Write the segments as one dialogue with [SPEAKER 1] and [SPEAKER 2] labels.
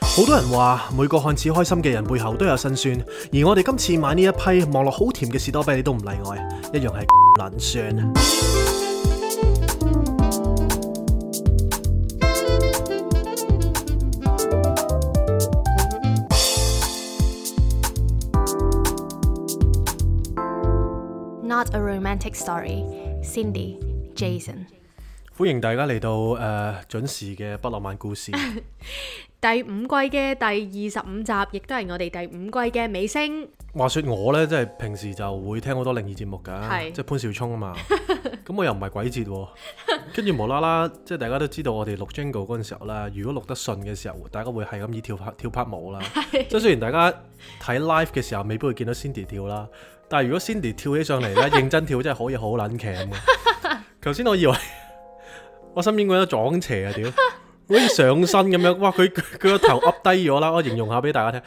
[SPEAKER 1] 好多人話每個看似開心嘅人背後都有辛酸，而我哋今次買呢一批望落好甜嘅士多啤梨都唔例外，一樣係撚酸。
[SPEAKER 2] Not a romantic story. Cindy, Jason。
[SPEAKER 1] 歡迎大家嚟到誒、呃、準時嘅不浪漫故事，
[SPEAKER 2] 第五季嘅第二十五集，亦都係我哋第五季嘅尾聲。
[SPEAKER 1] 話說我呢，即係平時就會聽好多靈異節目㗎，
[SPEAKER 2] 係
[SPEAKER 1] 即係潘少聰啊嘛。咁我又唔係鬼節喎，跟住無啦啦，即係大家都知道我哋錄 Jingle 嗰陣時候啦，如果錄得順嘅時候，大家會係咁以跳拍跳拍舞啦。即係雖然大家睇 live 嘅時候未必會見到 Cindy 跳啦，但係如果 Cindy 跳起上嚟咧，認真跳真係可以好撚騎嘅。頭先我以為 我身邊嗰個撞邪啊屌！好似上身咁樣，哇！佢佢佢個頭噏低咗啦，我形容下俾大家聽。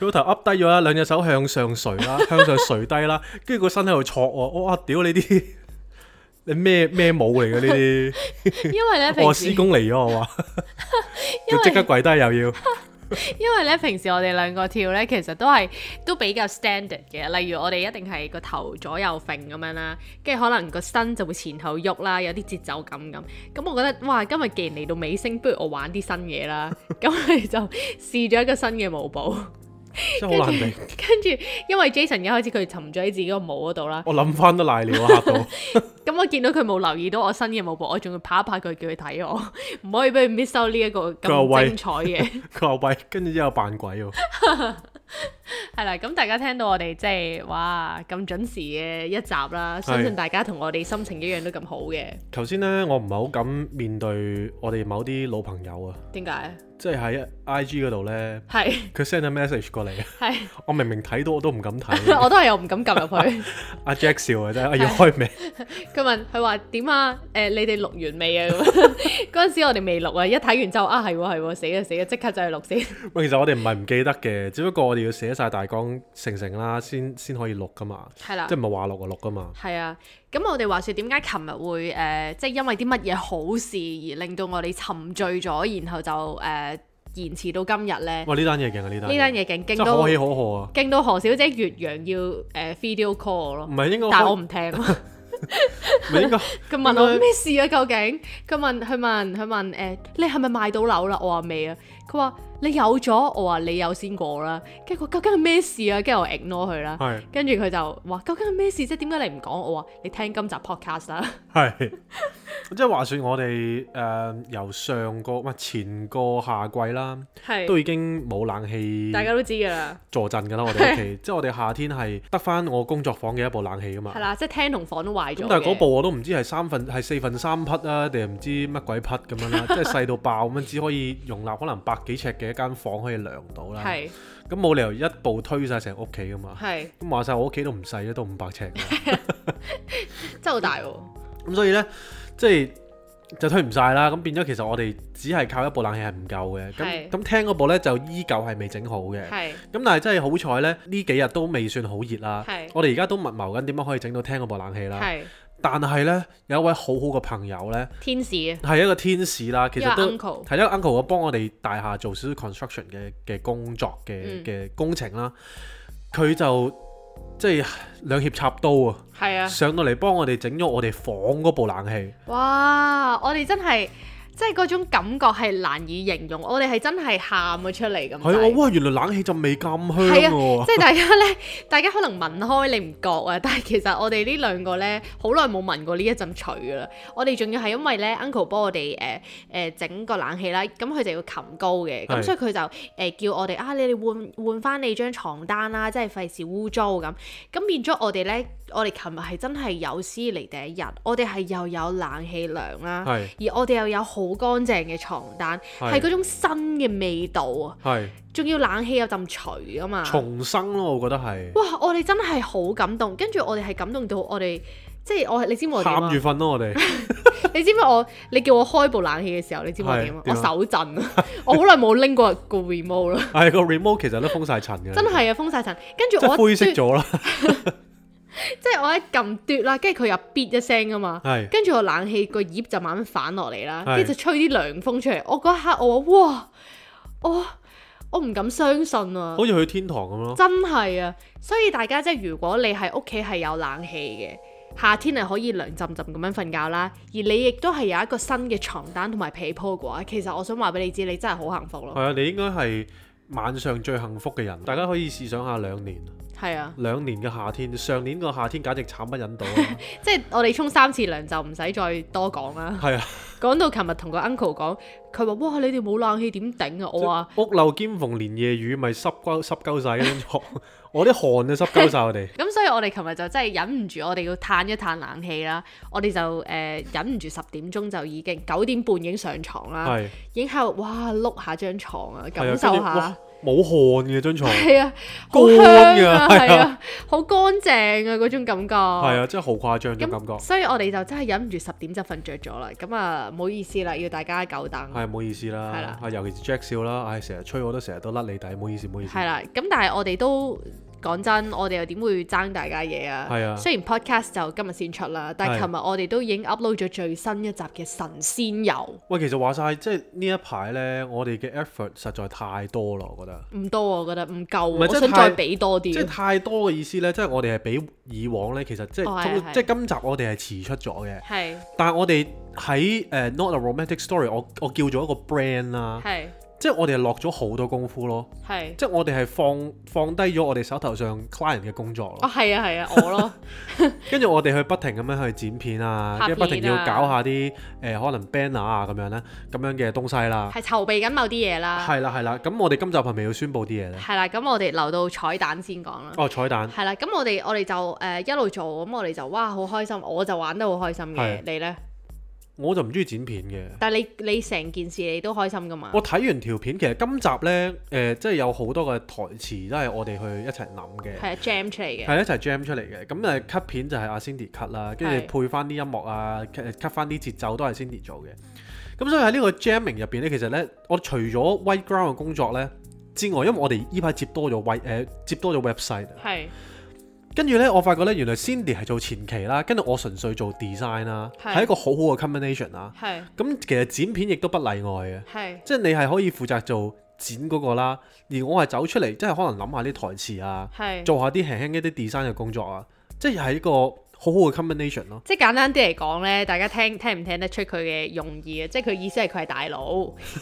[SPEAKER 1] 佢個頭噏低咗啦，兩隻手向上垂啦， 向上垂低啦，跟住個身喺度戳我，哇！屌你啲，你咩咩舞嚟嘅呢 啲？
[SPEAKER 2] 因為咧平
[SPEAKER 1] 我
[SPEAKER 2] 時
[SPEAKER 1] 師，公嚟咗，我 話
[SPEAKER 2] 因
[SPEAKER 1] 要
[SPEAKER 2] 為
[SPEAKER 1] 即刻跪低又 要。
[SPEAKER 2] 因為咧平時我哋兩個跳咧，其實都係都比較 standard 嘅。例如我哋一定係個頭左右揈咁樣啦，跟住可能個身就會前後喐啦，有啲節奏感咁。咁我覺得哇，今日既然嚟到尾聲，不如我玩啲新嘢啦。咁我哋就試咗一個新嘅舞步。
[SPEAKER 1] 真係好難 明。
[SPEAKER 2] 跟住因為 Jason 一開始佢沉咗喺自己個舞嗰度啦。
[SPEAKER 1] 我諗翻都賴尿啊嚇到。
[SPEAKER 2] 咁我見到佢冇留意到我新嘅舞步，我仲要拍一拍佢，叫佢睇我， 唔可以俾佢 miss 收呢一個
[SPEAKER 1] 佢話喂
[SPEAKER 2] 咁精彩嘅。
[SPEAKER 1] 佢話喂，跟住之後扮鬼喎。
[SPEAKER 2] 係啦，咁大家聽到我哋即係哇咁準時嘅一集啦，相信大家同我哋心情一樣都咁好嘅。
[SPEAKER 1] 頭先呢，我唔係好敢面對我哋某啲老朋友啊，
[SPEAKER 2] 點解？
[SPEAKER 1] 即係喺 IG 嗰度呢，
[SPEAKER 2] 係
[SPEAKER 1] 佢 send 咗 message 過嚟，
[SPEAKER 2] 係，
[SPEAKER 1] 我明明睇到我都唔敢睇。
[SPEAKER 2] 我都係又唔敢撳入去。
[SPEAKER 1] 阿 Jack 笑啊，真係我要開名。
[SPEAKER 2] 佢問佢話點啊？誒、你哋錄完未啊？咁樣 嗰陣時我哋未錄啊，一睇完之後啊係喎係喎，死啊死啊，即刻就去錄先。
[SPEAKER 1] 喂，其實我哋唔係唔記得嘅，只不過我哋要寫晒大綱成成啦，先先可以錄噶嘛，
[SPEAKER 2] 係啦
[SPEAKER 1] 即。係唔係話錄就錄噶嘛。
[SPEAKER 2] 係啊，咁我哋話説點解琴日會誒、呃即係因為啲乜嘢好事而令到我哋沉醉咗，然後就誒、呃延遲到今日咧？
[SPEAKER 1] 哇！呢單嘢勁啊，呢單
[SPEAKER 2] 呢單嘢勁，
[SPEAKER 1] 真
[SPEAKER 2] 勁
[SPEAKER 1] 係可喜
[SPEAKER 2] 到
[SPEAKER 1] 可賀啊！
[SPEAKER 2] 勁到何小姐越洋要誒、呃 video call 我 咯
[SPEAKER 1] 唔，係應該
[SPEAKER 2] 但係我
[SPEAKER 1] 開，
[SPEAKER 2] 唔聽。
[SPEAKER 1] 唔係應 該
[SPEAKER 2] 佢問我
[SPEAKER 1] 應該
[SPEAKER 2] 咩事啊？究竟佢問佢問佢問誒、呃你係咪買到樓啦？我話未啊。佢話你有咗，我話你有先過啦。跟住佢究竟係咩事啊？跟住我 ignore 佢啦。
[SPEAKER 1] 係
[SPEAKER 2] 跟住佢就話究竟係咩事啫？點解你唔講？我話你聽今集 podcast 啦。
[SPEAKER 1] 係，即係話說我哋誒、呃由上個唔係前個夏季啦，
[SPEAKER 2] 係。
[SPEAKER 1] 都已經冇冷氣
[SPEAKER 2] 大家都知㗎啦，
[SPEAKER 1] 坐陣㗎啦，我哋屋 企，即係我哋夏天係得翻我工作房嘅一部冷氣㗎嘛
[SPEAKER 2] 係。啦，即係廳同房都壞咗
[SPEAKER 1] 啊咁
[SPEAKER 2] 嘅。
[SPEAKER 1] 但係嗰部我都唔知係三分係四分三匹啊，定係唔知乜鬼匹咁 樣啦，即係細到爆咁樣，只可以容納可能百幾尺嘅一間房可以量到啦。
[SPEAKER 2] 係
[SPEAKER 1] 咁冇理由一步推晒成屋企噶嘛。
[SPEAKER 2] 係
[SPEAKER 1] 咁話晒我屋企都唔細啦，都五百尺㗎。
[SPEAKER 2] 真係好大喎，
[SPEAKER 1] 咁所以呢，即係就推唔晒啦。咁變咗其實我哋只係靠一部冷氣係唔夠嘅。咁
[SPEAKER 2] 係
[SPEAKER 1] 咁廳嗰部呢，就依舊係未整好嘅。
[SPEAKER 2] 係
[SPEAKER 1] 咁但係真係好彩呢，呢幾日都未算好熱啦
[SPEAKER 2] 係。
[SPEAKER 1] 啊我哋而家都密謀緊點樣可以整到廳嗰部冷氣啦。
[SPEAKER 2] 係
[SPEAKER 1] 但係呢，有一位好好嘅朋友呢。
[SPEAKER 2] 天使啊，
[SPEAKER 1] 係一個天使啦，其實都
[SPEAKER 2] 一個 uncle
[SPEAKER 1] 係一個 uncle 我幫我哋大廈做少少 construction 嘅嘅工作嘅
[SPEAKER 2] 嗯
[SPEAKER 1] 嘅工程啦。佢就即係兩肋插刀啊，
[SPEAKER 2] 係啊，
[SPEAKER 1] 上到嚟幫我哋整咗我哋房嗰部冷氣，
[SPEAKER 2] 哇！我哋真係即係嗰種感覺係難以形容，我哋係真係喊咗出嚟咁
[SPEAKER 1] 係我
[SPEAKER 2] 滯。
[SPEAKER 1] 哇原來冷氣陣味咁香
[SPEAKER 2] 係
[SPEAKER 1] 喎，
[SPEAKER 2] 即係大家咧，大家可能聞開你唔覺啊，但係其實我哋呢兩個咧，好耐冇聞過呢一陣除噶啦。我哋仲要係因為咧，uncle 幫我哋誒誒整個冷氣啦，咁佢就要擒高嘅，
[SPEAKER 1] 係
[SPEAKER 2] 咁所以佢就誒、呃叫我哋啊，你哋換換翻你張床單啦，即係費事污糟咁。咁變咗我哋咧，我哋琴日係真係有史以嚟第一日，我哋係又有冷氣涼啦。
[SPEAKER 1] 係
[SPEAKER 2] 而我哋又有好乾淨嘅床單，啊係
[SPEAKER 1] 係
[SPEAKER 2] 嗰種新嘅味道啊！
[SPEAKER 1] 係
[SPEAKER 2] 仲要冷氣有陣除啊嘛，
[SPEAKER 1] 重生咯，我覺得係
[SPEAKER 2] 哇！我哋真係好感動，跟住我哋係感動到我哋，即係我你知唔知我點
[SPEAKER 1] 喊
[SPEAKER 2] 啊
[SPEAKER 1] 住？瞓咯我哋，
[SPEAKER 2] 你知唔知我？你叫我開部冷氣嘅時候，你知唔知我點啊
[SPEAKER 1] 係？
[SPEAKER 2] 我
[SPEAKER 1] 點啊
[SPEAKER 2] 手震啊！我好耐冇拎過個 remote 啦，
[SPEAKER 1] 係個 remote 其實都封晒塵嘅，
[SPEAKER 2] 真係啊，封晒塵。跟
[SPEAKER 1] 即
[SPEAKER 2] 住我
[SPEAKER 1] 係
[SPEAKER 2] 一
[SPEAKER 1] 灰色
[SPEAKER 2] 嘟
[SPEAKER 1] 咗啦，
[SPEAKER 2] 即係我一撳嘟啦，跟住佢又咇一聲啊嘛。
[SPEAKER 1] 係
[SPEAKER 2] 跟住個冷氣個葉就慢慢反落嚟啦，
[SPEAKER 1] 係
[SPEAKER 2] 跟住就吹啲涼風出嚟。我嗰一刻我話：哇！我我唔敢相信啊！
[SPEAKER 1] 好似去天堂咁咯。
[SPEAKER 2] 真係啊！所以大家即係如果你喺屋企係有冷氣嘅，夏天係可以涼浸浸咁樣瞓覺啦，而你亦都係有一個新嘅床單同埋被鋪嘅話，其實我想話俾你知，你真係好幸福
[SPEAKER 1] 係
[SPEAKER 2] 咯。
[SPEAKER 1] 啊，你應該係晚上最幸福嘅人。大家可以試想下兩年，
[SPEAKER 2] 係啊，
[SPEAKER 1] 兩年嘅夏天，上年個夏天簡直慘不忍睹啊！
[SPEAKER 2] 即係我哋沖三次涼就唔使再多講啦。
[SPEAKER 1] 係啊，
[SPEAKER 2] 講到琴日同個 uncle 講，佢話：哇，你哋冇冷氣點頂啊！我話
[SPEAKER 1] 屋漏兼逢連夜雨，咪濕鳩濕鳩曬張牀， 我啲汗啊都濕鳩晒我 哋。
[SPEAKER 2] 咁，所以我哋琴日就真係忍唔住，我哋要嘆一嘆冷氣啦。我哋就誒、呃忍唔住十點鐘就已經九點半已經上床啦。
[SPEAKER 1] 係
[SPEAKER 2] 已經喺度哇碌下張床啊，感
[SPEAKER 1] 係啊，
[SPEAKER 2] 受
[SPEAKER 1] 跟住
[SPEAKER 2] 下
[SPEAKER 1] 哇，冇汗嘅張 床。
[SPEAKER 2] 係啊，
[SPEAKER 1] 乾
[SPEAKER 2] 好香啊，
[SPEAKER 1] 㗎係啊
[SPEAKER 2] 係啊，好乾淨啊嗰種感覺。
[SPEAKER 1] 係啊，真係好誇張種感覺
[SPEAKER 2] 咁，。所以我哋就真係忍唔住十點就瞓着咗啦。咁啊，唔好意思啦，要大家久等。
[SPEAKER 1] 係唔好意思
[SPEAKER 2] 係
[SPEAKER 1] 啦
[SPEAKER 2] 啦，
[SPEAKER 1] 啊尤其是 Jack 笑啦，唉成日吹我都成日都甩你底，唔好意思唔好意思。
[SPEAKER 2] 係啦，咁但係我哋都講真，我哋又點會爭大家嘢啊？
[SPEAKER 1] 係啊
[SPEAKER 2] 雖然 podcast 就今日先出啦，但
[SPEAKER 1] 係
[SPEAKER 2] 係琴日我哋都已經 upload 咗最新一集嘅神仙遊，
[SPEAKER 1] 喂，其實話晒，即係呢一排呢，我哋嘅 effort 實在太多啦，我覺得。
[SPEAKER 2] 唔多啊我覺得唔夠啊，
[SPEAKER 1] 唔
[SPEAKER 2] 我
[SPEAKER 1] 係真係
[SPEAKER 2] 想
[SPEAKER 1] 太
[SPEAKER 2] 再俾多啲
[SPEAKER 1] 即係
[SPEAKER 2] 啊。
[SPEAKER 1] 太多嘅意思呢，即係我哋係比以往呢，其實即係、
[SPEAKER 2] 哦係
[SPEAKER 1] 通
[SPEAKER 2] 係
[SPEAKER 1] 即係今集我哋係遲出咗嘅，
[SPEAKER 2] 係
[SPEAKER 1] 但係我哋喺誒 Not a Romantic Story，我我叫咗一個 brand 啦，
[SPEAKER 2] 係
[SPEAKER 1] 即係我哋係落咗好多功夫咯，
[SPEAKER 2] 係。
[SPEAKER 1] 即係我哋係放放低咗我哋手頭上 client 嘅工作
[SPEAKER 2] 哦，
[SPEAKER 1] 咯，
[SPEAKER 2] 係啊，係啊，我咯，
[SPEAKER 1] 跟住我哋去不停咁樣去剪片啊，
[SPEAKER 2] 拍
[SPEAKER 1] 跟住不停
[SPEAKER 2] 片
[SPEAKER 1] 要
[SPEAKER 2] 啊
[SPEAKER 1] 搞下啲誒、呃可能 banner 啊咁樣咧，咁樣嘅東西啦，
[SPEAKER 2] 係籌備緊某啲嘢啦，
[SPEAKER 1] 係啦係啦，咁我哋今集係咪要宣佈啲嘢呢？
[SPEAKER 2] 係啦，咁我哋留到彩蛋先講啦。
[SPEAKER 1] 哦，彩蛋。
[SPEAKER 2] 係啦，咁我哋我哋就誒、呃一路做，咁我哋就哇好開心，我就玩得好開心嘅
[SPEAKER 1] 係，
[SPEAKER 2] 你呢？
[SPEAKER 1] 我就唔中意剪片嘅。
[SPEAKER 2] 但係你你成件事你都開心噶嘛？
[SPEAKER 1] 我睇完條片，其實今集呢，誒、即係有好多嘅台詞都係我哋去一齊諗嘅，
[SPEAKER 2] 係啊，jam 出嚟嘅，
[SPEAKER 1] 係一齊 jam 出嚟嘅。咁誒 cut 片就係阿 Cindy cut 啦，跟住
[SPEAKER 2] 係
[SPEAKER 1] 配翻啲音樂啊，cut cut 翻啲節奏都係 Cindy 做嘅。咁所以喺呢個 jamming 入邊呢，其實呢，我除咗 white ground 嘅工作呢之外，因為我哋呢排接多咗 white 誒、接多咗 website，啊
[SPEAKER 2] 係
[SPEAKER 1] 跟住呢，我發覺呢，原來 Cindy 係做前期啦，跟住我純粹做 design 啦，
[SPEAKER 2] 係
[SPEAKER 1] 係一個好好嘅 combination 啦。
[SPEAKER 2] 係
[SPEAKER 1] 咁其實剪片亦都不例外啊嘅。
[SPEAKER 2] 係
[SPEAKER 1] 即係你係可以負責做剪嗰個啦，而我係走出嚟，即係可能諗下啲台詞啊，
[SPEAKER 2] 係，
[SPEAKER 1] 做下啲輕輕一啲 design 嘅工作啊，即係係一個好好嘅 combination 咯。
[SPEAKER 2] 即係簡單啲嚟講呢，大家聽聽唔聽得出佢嘅用意啊？即係佢意思係佢係大佬，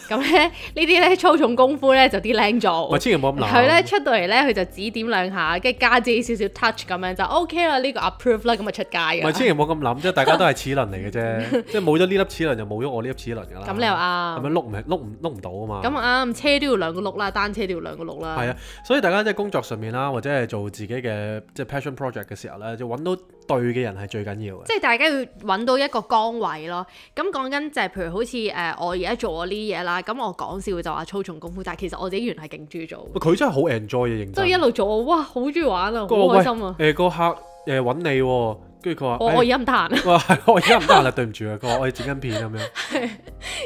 [SPEAKER 2] 咁呢，呢啲呢，粗重功夫呢，就啲靚做
[SPEAKER 1] 喂，。千祈唔好咁
[SPEAKER 2] 佢哦咧
[SPEAKER 1] 諗。
[SPEAKER 2] 出到嚟咧，佢就指點兩下，跟住加自己少少 touch 咁樣就 OK 啦，呢、個 approve 啦，咁啊出
[SPEAKER 1] 唔
[SPEAKER 2] 街
[SPEAKER 1] 係，
[SPEAKER 2] 噶。
[SPEAKER 1] 千祈唔好咁諗，即係大家都係齒輪嚟嘅啫， 即係冇咗呢粒齒輪就冇咗我呢粒齒輪㗎啦。
[SPEAKER 2] 咁你又
[SPEAKER 1] 係
[SPEAKER 2] 啱，
[SPEAKER 1] 咪碌唔碌唔碌唔到啊嘛？
[SPEAKER 2] 咁啊啱，車都要兩個轆啦，單車都要兩個轆啦。
[SPEAKER 1] 係啊，所以大家即係工作上面啦，或者係做自己嘅即係 passion project 嘅時候咧，就揾到對嘅人係最緊要嘅。
[SPEAKER 2] 即係大家要揾到一個崗位咯。咁講緊就係譬如好似誒、呃我而家做我呢啲嘢啦，咁我講笑就話粗重功夫，但係其實我自己原來係勁中意做，
[SPEAKER 1] 喂佢真係好 enjoy 嘅認
[SPEAKER 2] 即
[SPEAKER 1] 真
[SPEAKER 2] 係一。路做我哇好中意玩啊，好
[SPEAKER 1] 佢話
[SPEAKER 2] 開心啊！
[SPEAKER 1] 喂誒個客誒揾你喎，跟住佢話哎
[SPEAKER 2] 我我而家唔得閒啊，
[SPEAKER 1] 哇， 係我而家唔得閒啦，對唔住啊，佢話我哋剪緊片咁樣，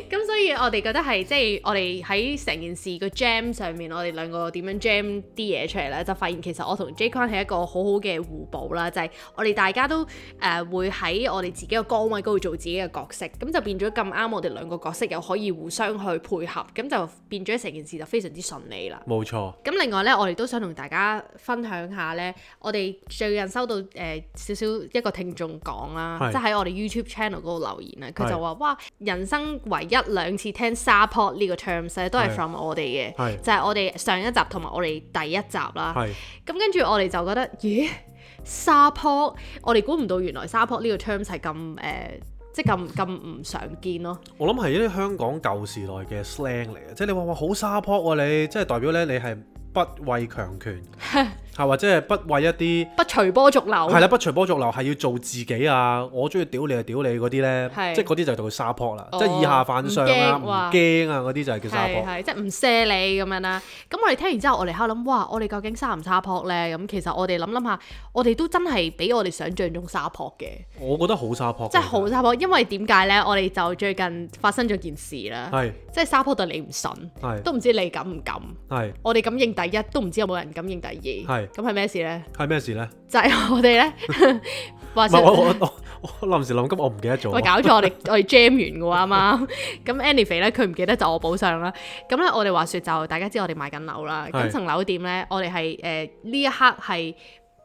[SPEAKER 2] 咁所以我哋覺得係即係我哋喺成件事個 jam 上面，我哋兩個點樣 jam 啲嘢出嚟咧，就發現其實我同 J Kwan 係一個好好嘅互補啦，就係、我哋大家都誒、呃、會喺我哋自己嘅崗位嗰度做自己嘅角色，咁就變咗咁啱我哋兩個角色又可以互相去配合，咁就變咗成件事就非常之順利啦。
[SPEAKER 1] 冇錯，
[SPEAKER 2] 咁另外咧，我哋都想同大家分享下咧，我哋最近收到誒、呃少少一個聽眾講啦，
[SPEAKER 1] 係
[SPEAKER 2] 即係喺我哋 YouTube channel 嗰度留言啊，佢
[SPEAKER 1] 係
[SPEAKER 2] 就話：哇，人生唯一兩次聽 Sarpod 呢個 terms 咧，都係
[SPEAKER 1] 係
[SPEAKER 2] from 我哋嘅，
[SPEAKER 1] 係
[SPEAKER 2] 就係我哋上一集同埋我哋第一集啦。
[SPEAKER 1] 係
[SPEAKER 2] 咁跟住我哋就覺得，咦，Sarpod，我哋估唔到原來 Sarpod 呢個 terms 係咁誒，即係咁咁唔常見咯。
[SPEAKER 1] 我諗係一啲香港舊時代嘅 slang 嚟嘅，即係你話哇好沙坡喎、你，即係代表咧你係不畏強 權，係或者係不畏一啲
[SPEAKER 2] 不隨波逐流，
[SPEAKER 1] 係啦，不隨波逐流係要做自己啊，我中意屌你就屌你嗰啲咧
[SPEAKER 2] 係，
[SPEAKER 1] 即係嗰啲就叫沙坡啦，
[SPEAKER 2] 哦
[SPEAKER 1] 即係以下犯上啊，
[SPEAKER 2] 唔驚
[SPEAKER 1] 唔
[SPEAKER 2] 哇
[SPEAKER 1] 驚啊嗰啲就係叫沙
[SPEAKER 2] 係
[SPEAKER 1] 坡，
[SPEAKER 2] 係，即係唔卸你咁樣啦。咁我哋聽完之後，我哋喺度諗，哇！我哋究竟沙唔沙坡呢？咁其實我哋諗諗下，我哋都真係比我哋想象中沙坡嘅，
[SPEAKER 1] 我覺得好沙坡，
[SPEAKER 2] 即係好沙坡。因為點解呢？我哋就最近發生咗件事啦，
[SPEAKER 1] 係
[SPEAKER 2] 即係沙坡對你唔信，
[SPEAKER 1] 係
[SPEAKER 2] 都唔知你敢唔敢。
[SPEAKER 1] 係
[SPEAKER 2] 我哋敢認第一，都唔知有冇人敢認第
[SPEAKER 1] 係
[SPEAKER 2] 二。咁係咩事呢？
[SPEAKER 1] 係咩事咧？
[SPEAKER 2] 就係、我哋呢，話
[SPEAKER 1] 唔係我
[SPEAKER 2] 説
[SPEAKER 1] 我我我臨時諗急，我唔記得咗
[SPEAKER 2] 喂，。搞錯 我哋我哋 jam 完嘅喎啱啱。咁 anyway 咧，佢唔記得就我補上啦。咁咧，我哋話説就大家知我哋買緊樓啦。
[SPEAKER 1] 係
[SPEAKER 2] 咁層樓點咧？我哋係誒呢一刻係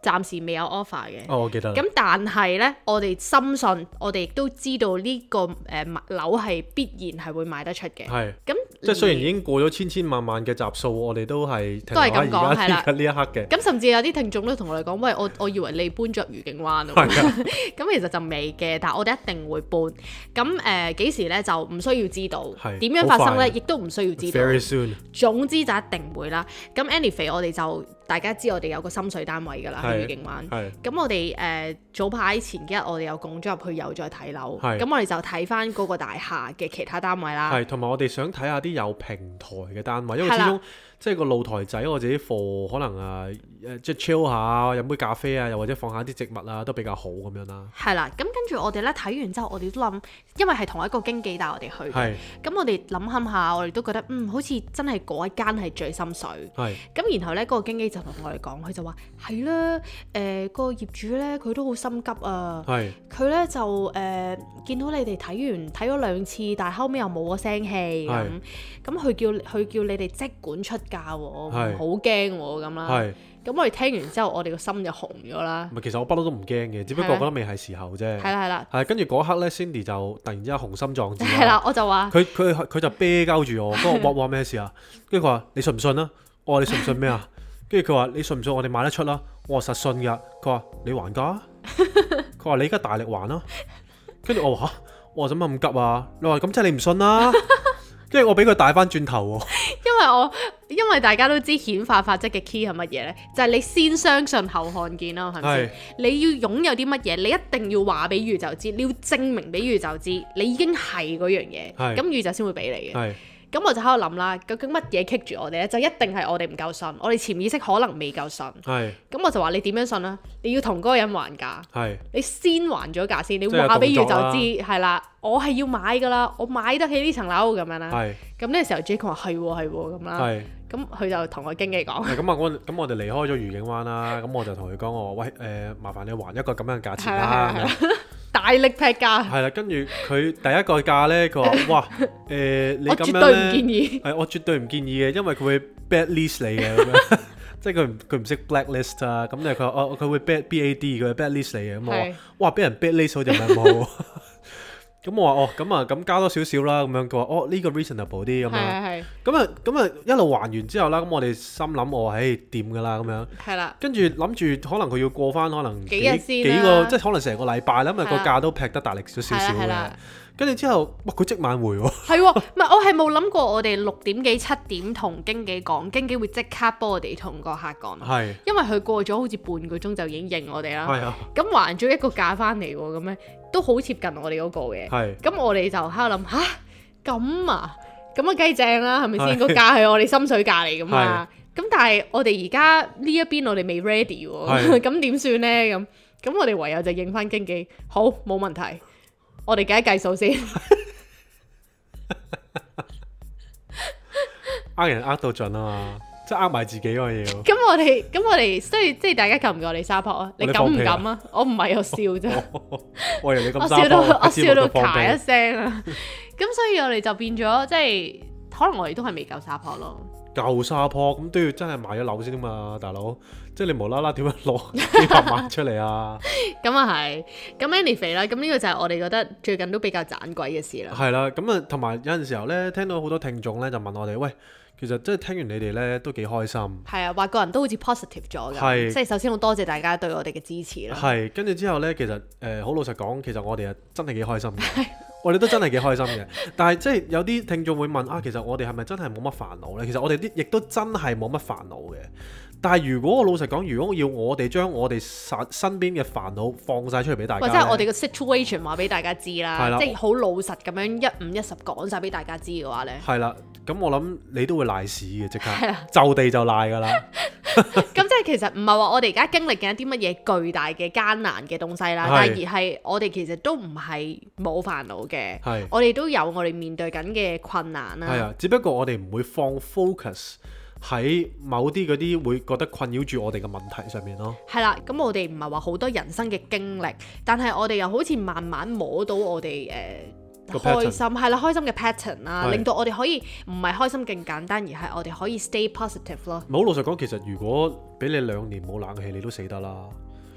[SPEAKER 2] 暫時未有 offer 嘅。
[SPEAKER 1] 哦，我記得啦。
[SPEAKER 2] 咁但係咧，我哋深信，我哋亦都知道呢、個誒、呃、樓係必然係會賣得出嘅。
[SPEAKER 1] 係，
[SPEAKER 2] 咁
[SPEAKER 1] 即係雖然
[SPEAKER 2] 而
[SPEAKER 1] 已經過咗千千萬萬嘅集數，我哋都係停
[SPEAKER 2] 都
[SPEAKER 1] 留
[SPEAKER 2] 係
[SPEAKER 1] 喺
[SPEAKER 2] 咁講
[SPEAKER 1] 而家
[SPEAKER 2] 係啦
[SPEAKER 1] 呢一刻呢一刻嘅。
[SPEAKER 2] 咁甚至有啲聽眾都同我哋講，喂，我我以為你搬咗愉景灣啊，
[SPEAKER 1] 係啊
[SPEAKER 2] 咁其實就未嘅，但係我哋一定會搬。咁誒呃幾時咧就唔需要知道，
[SPEAKER 1] 係
[SPEAKER 2] 點樣發生
[SPEAKER 1] 好快
[SPEAKER 2] 咧亦都唔需要知道。
[SPEAKER 1] 啊，very soon。
[SPEAKER 2] 總之就一定會啦。咁 anyway 我哋就大家知我哋有個深水單位㗎啦，喺
[SPEAKER 1] 係
[SPEAKER 2] 愉景灣。
[SPEAKER 1] 係
[SPEAKER 2] 咁我哋誒、呃早排前幾日我哋有共咗入去，又再睇樓。
[SPEAKER 1] 係
[SPEAKER 2] 咁我哋就睇翻嗰個大廈嘅其他單位啦。
[SPEAKER 1] 係，同埋我哋想睇下啲有平台嘅單位，因為
[SPEAKER 2] 啊係
[SPEAKER 1] 始
[SPEAKER 2] 啦
[SPEAKER 1] 終即係個露台仔，我自己貨可能啊誒，即係 chill 下，飲杯咖啡啊，又或者放下啲植物啊，都比較好咁樣啦。
[SPEAKER 2] 係啦，咁跟住我哋咧睇完之後，我哋都諗，因為係同一個經紀帶我哋去嘅，
[SPEAKER 1] 係
[SPEAKER 2] 咁我哋諗諗下，我哋都覺得嗯，好似真係嗰一間係最心水。
[SPEAKER 1] 係
[SPEAKER 2] 咁然後咧，嗰、個經紀就同我哋講，佢就話係啦，誒、個業主咧佢都好心急啊，
[SPEAKER 1] 係
[SPEAKER 2] 佢咧就誒、見到你哋睇完睇咗兩次，但係後尾又冇個聲氣咁
[SPEAKER 1] 係，
[SPEAKER 2] 咁佢叫佢叫你哋即管出價喎，唔
[SPEAKER 1] 係
[SPEAKER 2] 好驚喎咁啦。
[SPEAKER 1] 係，
[SPEAKER 2] 咁我哋聽完之後，我哋個心就紅咗啦。
[SPEAKER 1] 唔係其實我不嬲都唔驚嘅，只不過
[SPEAKER 2] 係
[SPEAKER 1] 我
[SPEAKER 2] 咩
[SPEAKER 1] 覺得未係時候啫。
[SPEAKER 2] 係啦係啦
[SPEAKER 1] 係跟住嗰刻咧，Cindy 就突然之間雄心壯志啦
[SPEAKER 2] 係 啦，我就話
[SPEAKER 1] 啊佢佢佢就啤鳩住我，跟住我話哇咩事啊？跟住佢話你信唔信啊？我話你信唔信咩啊？跟住佢話你信唔信我哋買得出啦、我話實信㗎。佢話你還價啊，佢話你而家大力還啦、跟住我話吓，我話做乜咁急啊？你話咁即係你唔信啦、跟住我俾佢帶翻轉頭喎，
[SPEAKER 2] 因為我因為大家都知顯化法則嘅 key 係乜嘢咧，就係、你先相信後看見啦，係咪
[SPEAKER 1] 係
[SPEAKER 2] 先？你要擁有啲乜嘢，你一定要話俾宇宙知，你要證明俾宇宙知，你已經係嗰樣嘢，
[SPEAKER 1] 係
[SPEAKER 2] 咁宇宙先會俾你嘅。
[SPEAKER 1] 係
[SPEAKER 2] 咁我就喺度諗啦，究竟乜嘢棘住我哋咧？就一定係我哋唔夠信，我哋潛意識可能未夠信。
[SPEAKER 1] 係
[SPEAKER 2] 咁我就話你點樣信啦？你要同嗰個人還價，
[SPEAKER 1] 係
[SPEAKER 2] 你先還咗價先，你
[SPEAKER 1] 即係有
[SPEAKER 2] 話俾宇宙
[SPEAKER 1] 動作啦
[SPEAKER 2] 知係啦，我係要買噶啦，我買得起呢層樓咁樣啦。
[SPEAKER 1] 係
[SPEAKER 2] 咁呢個時候 Jake 話係喎係喎咁啦。
[SPEAKER 1] 係。
[SPEAKER 2] 咁佢就同我經紀講，
[SPEAKER 1] 咁啊，我咁我哋離開咗愉景灣啦，咁我就同佢講我話喂誒、麻煩你還一個咁樣嘅價錢
[SPEAKER 2] 係啦
[SPEAKER 1] 啦。
[SPEAKER 2] 係
[SPEAKER 1] 咁
[SPEAKER 2] 啦
[SPEAKER 1] 樣
[SPEAKER 2] 大力劈價，
[SPEAKER 1] 係啦，跟住佢第一個價咧， 佢話：哇，誒、你
[SPEAKER 2] 我
[SPEAKER 1] 咁
[SPEAKER 2] 絕
[SPEAKER 1] 樣
[SPEAKER 2] 對唔建
[SPEAKER 1] 咧，
[SPEAKER 2] 議。
[SPEAKER 1] 係我絕對唔建議嘅，因為佢會 bad list 你嘅咁 樣，即係佢唔佢唔識 blacklist 啊，咁就佢話哦佢會 bad b a d 佢會 bad list 你嘅，咁我
[SPEAKER 2] 係
[SPEAKER 1] 話哇俾人 bad list 好似唔係咁 好，咁我話哦咁啊咁加多少少啦，咁樣佢話哦呢、個 reasonable 啲咁樣，
[SPEAKER 2] 係係係
[SPEAKER 1] 咁啊咁啊一路還完之後啦，咁我哋心諗我話唉掂㗎啦咁樣。
[SPEAKER 2] 係啦，
[SPEAKER 1] 跟住諗住可能佢要過翻可能
[SPEAKER 2] 幾
[SPEAKER 1] 幾
[SPEAKER 2] 日先啦
[SPEAKER 1] 幾個，即係可能成個禮拜啦，因為個
[SPEAKER 2] 係啦啊
[SPEAKER 1] 價都劈得大力少少
[SPEAKER 2] 係
[SPEAKER 1] 少
[SPEAKER 2] 啦係
[SPEAKER 1] 嘅
[SPEAKER 2] 啦。，
[SPEAKER 1] 跟住之後，哇！佢即晚回喎，
[SPEAKER 2] 係喎，唔係我係冇諗過我哋六點幾七點同經紀講，經紀會即刻幫我哋同個客講，
[SPEAKER 1] 係
[SPEAKER 2] 因為佢過咗好似半個鐘就已經應我哋啦。
[SPEAKER 1] 係啊，
[SPEAKER 2] 咁還咗一個價翻嚟喎，咁樣都好接近我哋嗰個嘅。
[SPEAKER 1] 係啊
[SPEAKER 2] 咁我哋就喺度諗吓，咁啊，咁啊梗係正啦，係咪先？
[SPEAKER 1] 係
[SPEAKER 2] 個價係我哋心水價嚟噶嘛。咁但係我哋而家呢一邊我哋未 ready 喎，
[SPEAKER 1] 係
[SPEAKER 2] 咁點算呢？咁咁我哋唯有就應翻經紀，好冇問題，我哋計一計數先。
[SPEAKER 1] 呃人呃到盡啊嘛，即係呃埋自己嗰樣嘢喎。
[SPEAKER 2] 咁我哋咁我哋，所以即係大家夠唔夠我哋沙婆啊？你
[SPEAKER 1] 我哋
[SPEAKER 2] 敢
[SPEAKER 1] 放
[SPEAKER 2] 唔
[SPEAKER 1] 屁
[SPEAKER 2] 敢啊？我唔係我笑啫，
[SPEAKER 1] 我以為你
[SPEAKER 2] 我
[SPEAKER 1] 咁
[SPEAKER 2] 笑
[SPEAKER 1] 沙
[SPEAKER 2] 到
[SPEAKER 1] 包，
[SPEAKER 2] 我笑到
[SPEAKER 1] 卡
[SPEAKER 2] 咔一聲啊！ 咁所以我哋就變咗即係，可能我哋都係未夠沙婆咯。
[SPEAKER 1] 舊沙坡，咁都要真係買咗樓先啊嘛，大佬。即係你無啦啦點樣攞幾百萬出嚟 啊？
[SPEAKER 2] 咁啊係，咁 anyway 啦，咁呢個就係我哋覺得最近都比較盞鬼嘅事啦。
[SPEAKER 1] 係啦，咁啊，同埋有陣時候咧，聽到好多聽眾咧就問我哋，喂，其實即係聽完你哋咧都幾開心。
[SPEAKER 2] 係啊，話個人都好似 positive 咗㗎，
[SPEAKER 1] 係
[SPEAKER 2] 即係首先好多謝大家對我哋嘅支持啦。
[SPEAKER 1] 係，跟住之後呢，其實呃誒好、老實講，其實我哋啊真係幾開心嘅，我哋都真係幾開心嘅。但係即係有啲聽眾會問啊，其實我哋係咪真係冇乜煩惱呢？其實我哋啲亦都真係冇乜煩惱嘅。但係如果我老實講，如果要我哋將我哋身身邊嘅煩惱放晒出嚟俾大家
[SPEAKER 2] 或
[SPEAKER 1] 呢，
[SPEAKER 2] 者係我哋嘅 situation 話俾大家知
[SPEAKER 1] 係
[SPEAKER 2] 啦，
[SPEAKER 1] 啦
[SPEAKER 2] 即係好老實咁樣一五一十講晒俾大家知嘅話咧，
[SPEAKER 1] 係啦，咁我諗你都會賴屎嘅，即刻就地就賴㗎 啦。
[SPEAKER 2] 咁即係其實唔係話我哋而家經歷緊一啲乜嘢巨大嘅艱難嘅東西啦，
[SPEAKER 1] 係
[SPEAKER 2] 但係而係我哋其實都唔係冇煩惱嘅
[SPEAKER 1] 係，
[SPEAKER 2] 我哋都有我哋面對緊嘅困難
[SPEAKER 1] 係啊
[SPEAKER 2] 啦。
[SPEAKER 1] 啊，只不過我哋唔會放 focus 喺某啲嗰啲會覺得困擾住我哋嘅問題上面咯。
[SPEAKER 2] 係啦，咁我哋唔係話好多人生嘅經歷，但係我哋又好似慢慢摸到我哋誒、呃、
[SPEAKER 1] 個
[SPEAKER 2] 開
[SPEAKER 1] pattern
[SPEAKER 2] 心係啦，開心嘅 pattern 啦，
[SPEAKER 1] 係
[SPEAKER 2] 令到我哋可以唔係開心更簡單，而係我哋可以 stay positive 咯。
[SPEAKER 1] 唔係好老實講，其實如果俾你兩年冇冷氣，你都死得啦。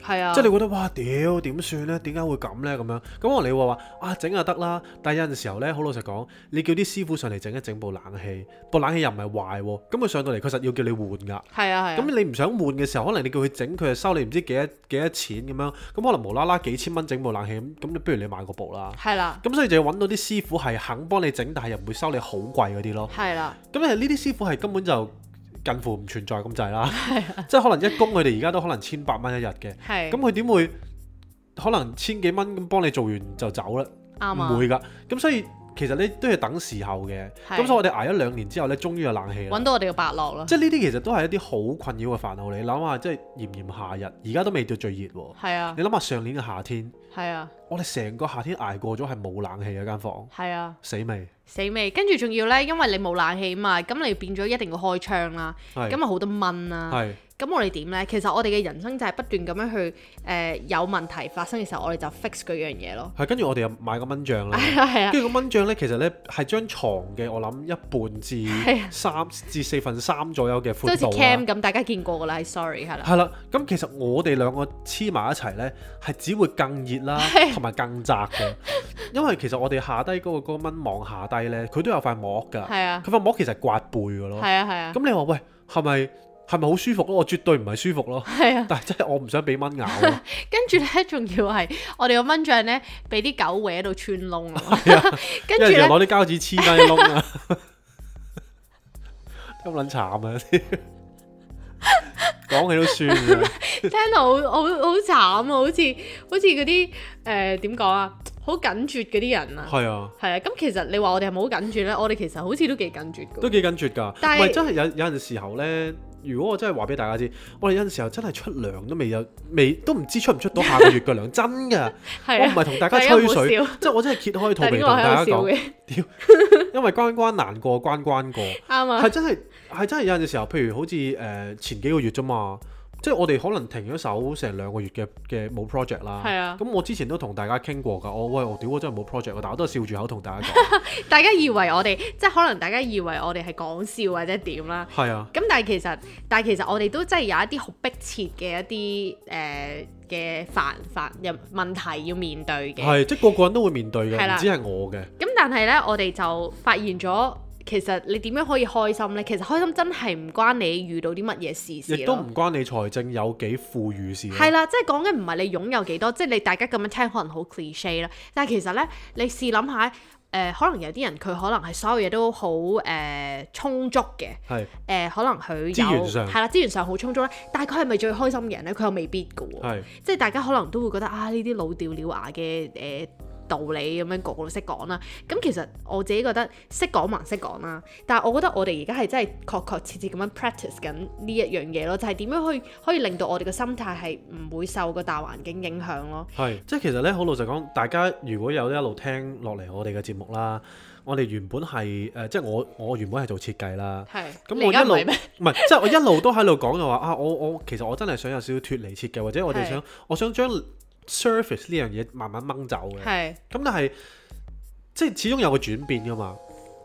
[SPEAKER 2] 係啊，
[SPEAKER 1] 即係你覺得哇屌點算呢？點解會咁呢？咁樣咁我哋會話啊整就得啦，但係有陣時候呢，好老實講，你叫啲師傅上嚟整一整部冷氣，部冷氣又唔係壞喎，咁佢上到嚟佢實要叫你換㗎。
[SPEAKER 2] 係啊係啊，
[SPEAKER 1] 咁你唔想換嘅時候，可能你叫佢整，佢就收你唔知幾多幾多錢咁樣，咁可能無啦啦幾千蚊整部冷氣，咁咁你不如你買個部啦。
[SPEAKER 2] 係啦
[SPEAKER 1] 咁所以就要揾到啲師傅係肯幫你整，但係又唔會收你好貴嗰啲咯。
[SPEAKER 2] 係啦，
[SPEAKER 1] 咁誒呢啲師傅係根本就近乎唔存在咁 滯啦，即係可能一工佢哋而家都可能千八蚊一日嘅。
[SPEAKER 2] 啊係
[SPEAKER 1] 咁佢點會可能千幾蚊咁幫你做完就走咧？
[SPEAKER 2] 啱啊
[SPEAKER 1] 唔，會㗎。咁所以其實你都要等時候嘅。
[SPEAKER 2] 係
[SPEAKER 1] 咁所以我哋捱咗兩年之後呢，終於有冷氣啦
[SPEAKER 2] 揾。到我哋嘅伯樂咯，
[SPEAKER 1] 即係呢啲其實都係一啲好困擾嘅煩惱。你諗下，即係炎炎夏日，而家都未到最熱喎。
[SPEAKER 2] 係啊
[SPEAKER 1] 你諗下上年嘅夏天，
[SPEAKER 2] 係啊
[SPEAKER 1] 我哋成個夏天捱過咗係冇冷氣嘅間房，
[SPEAKER 2] 係啊。
[SPEAKER 1] 死未？
[SPEAKER 2] 死未？跟住仲要呢，因為你冇冷氣嘛，咁你變咗一定要開窗啦，
[SPEAKER 1] 係
[SPEAKER 2] 咁啊好多蚊啦。
[SPEAKER 1] 係
[SPEAKER 2] 咁我哋點呢？其實我哋嘅人生就係不斷咁樣去誒、呃有問題發生嘅時候，我哋就 fix 嗰樣嘢咯。
[SPEAKER 1] 係，跟住我哋又買個蚊帳啦。
[SPEAKER 2] 係啊係啊，
[SPEAKER 1] 跟住個蚊帳呢，其實呢係張床嘅，我諗一半
[SPEAKER 2] 係啊
[SPEAKER 1] 至三至四分三左右嘅
[SPEAKER 2] 即係好
[SPEAKER 1] 寬
[SPEAKER 2] 似
[SPEAKER 1] 度啦
[SPEAKER 2] cam 啊咁，大家見過㗎啦，係 sorry 係啦，
[SPEAKER 1] 係啦，咁其實我哋兩個黐埋一齊呢，係只會更熱 啦，同埋更窄嘅。因為其實我哋下低嗰個嗰個蚊網下低呢，佢都有塊膜㗎。
[SPEAKER 2] 係啊
[SPEAKER 1] 佢塊膜其實係刮背㗎咯。
[SPEAKER 2] 係啊係啊，
[SPEAKER 1] 咁你話喂，係咪係咪好舒服咯？我絕對唔係舒服 咯。
[SPEAKER 2] 係啊。
[SPEAKER 1] 但係真係我唔想俾蚊咬啊咯。
[SPEAKER 2] 跟住咧，仲要係我哋個蚊帳咧，俾啲狗搲到穿窿啦。 跟
[SPEAKER 1] 一
[SPEAKER 2] 住
[SPEAKER 1] 係就
[SPEAKER 2] 咧，
[SPEAKER 1] 攞啲膠紙黐翻啲窿 啊，咁撚慘啊！講起都酸啊，
[SPEAKER 2] 聽到好好好慘啊！好似好似嗰啲誒點講啊，好緊絕嗰啲人啊。
[SPEAKER 1] 係啊，
[SPEAKER 2] 係啊，咁其實你話我哋係咪好緊絕咧？我哋其實好似都幾緊絕
[SPEAKER 1] 都
[SPEAKER 2] 㗎。
[SPEAKER 1] 幾緊絕㗎。
[SPEAKER 2] 但
[SPEAKER 1] 唔
[SPEAKER 2] 係
[SPEAKER 1] 係真係有有陣時候咧，如果我真係話俾大家知，我哋有陣時候真係出糧都未有，未都唔知出唔出到下個月嘅 糧，真㗎。
[SPEAKER 2] 係
[SPEAKER 1] 我唔
[SPEAKER 2] 啊，
[SPEAKER 1] 係同大家
[SPEAKER 2] 大家
[SPEAKER 1] 吹
[SPEAKER 2] 冇
[SPEAKER 1] 水，
[SPEAKER 2] 笑，
[SPEAKER 1] 即係我真係揭開肚
[SPEAKER 2] 但係
[SPEAKER 1] 皮
[SPEAKER 2] 點解
[SPEAKER 1] 同
[SPEAKER 2] 我
[SPEAKER 1] 大家
[SPEAKER 2] 喺度笑
[SPEAKER 1] 講，
[SPEAKER 2] 嘅？
[SPEAKER 1] 因為關關難過關關過。
[SPEAKER 2] 啱啊
[SPEAKER 1] 係，真係係真係有陣時候，譬如好似誒、呃前幾個月啫嘛，即係我哋可能停咗手成兩個月嘅嘅冇 project 啦。
[SPEAKER 2] 係啊
[SPEAKER 1] 咁我之前都同大家傾過㗎，我喂我屌我真係冇 project，但我啊都係笑住口同大家講。
[SPEAKER 2] 大家以為我哋即係可能大家以為我哋係講笑或者點啦。
[SPEAKER 1] 係啊，
[SPEAKER 2] 咁 但係其實，但係其實我哋都真係有一啲好迫切嘅一啲誒嘅煩煩又問題要面對嘅。
[SPEAKER 1] 係即係個個人都會面對
[SPEAKER 2] 係
[SPEAKER 1] 嘅，
[SPEAKER 2] 啦
[SPEAKER 1] 唔止係我嘅。
[SPEAKER 2] 咁但係呢，我哋就發現咗，其實你點樣可以開心呢？其實開心真係唔關你遇到啲乜嘢事事
[SPEAKER 1] 亦都
[SPEAKER 2] 咯。
[SPEAKER 1] 唔關你財政有幾富裕事咯。啊
[SPEAKER 2] 係啦，即係講緊唔係你擁有幾多，即係你大家咁樣聽可能好 cliche 啦。但係其實呢，你試諗下，誒、可能有啲人佢可能係所有嘢都好誒、充足嘅，
[SPEAKER 1] 係
[SPEAKER 2] 誒、可能佢有
[SPEAKER 1] 資源上
[SPEAKER 2] 係啦，資源上好充足啦，但係佢係咪最開心嘅人呢？佢又未必嘅喎，
[SPEAKER 1] 係
[SPEAKER 2] 即係大家可能都會覺得啊呢啲老掉了牙嘅誒、呃道理咁樣個個都識講啦。咁其實我自己覺得識講還識講啦，但係我覺得我哋而家係真係確確切切咁樣 practice 緊呢一樣嘢咯，就係點樣去可以令到我哋嘅心態係唔會受個大環境影響咯。
[SPEAKER 1] 係，即係其實咧，好老實講，大家如果有一路聽落嚟我哋嘅節目啦，我哋原本係誒、呃即係我我原本係做設計啦。
[SPEAKER 2] 係，
[SPEAKER 1] 咁
[SPEAKER 2] 你
[SPEAKER 1] 我
[SPEAKER 2] 而家
[SPEAKER 1] 一
[SPEAKER 2] 唔
[SPEAKER 1] 路
[SPEAKER 2] 係咩？
[SPEAKER 1] 唔係，即係我一路都喺度講就話啊，我我其實我真係想有少少脱離設計，或者我哋
[SPEAKER 2] 係
[SPEAKER 1] 想我想將 surface 呢樣嘢慢慢掹走嘅。咁
[SPEAKER 2] 係
[SPEAKER 1] 但係即係始終有個轉變噶嘛。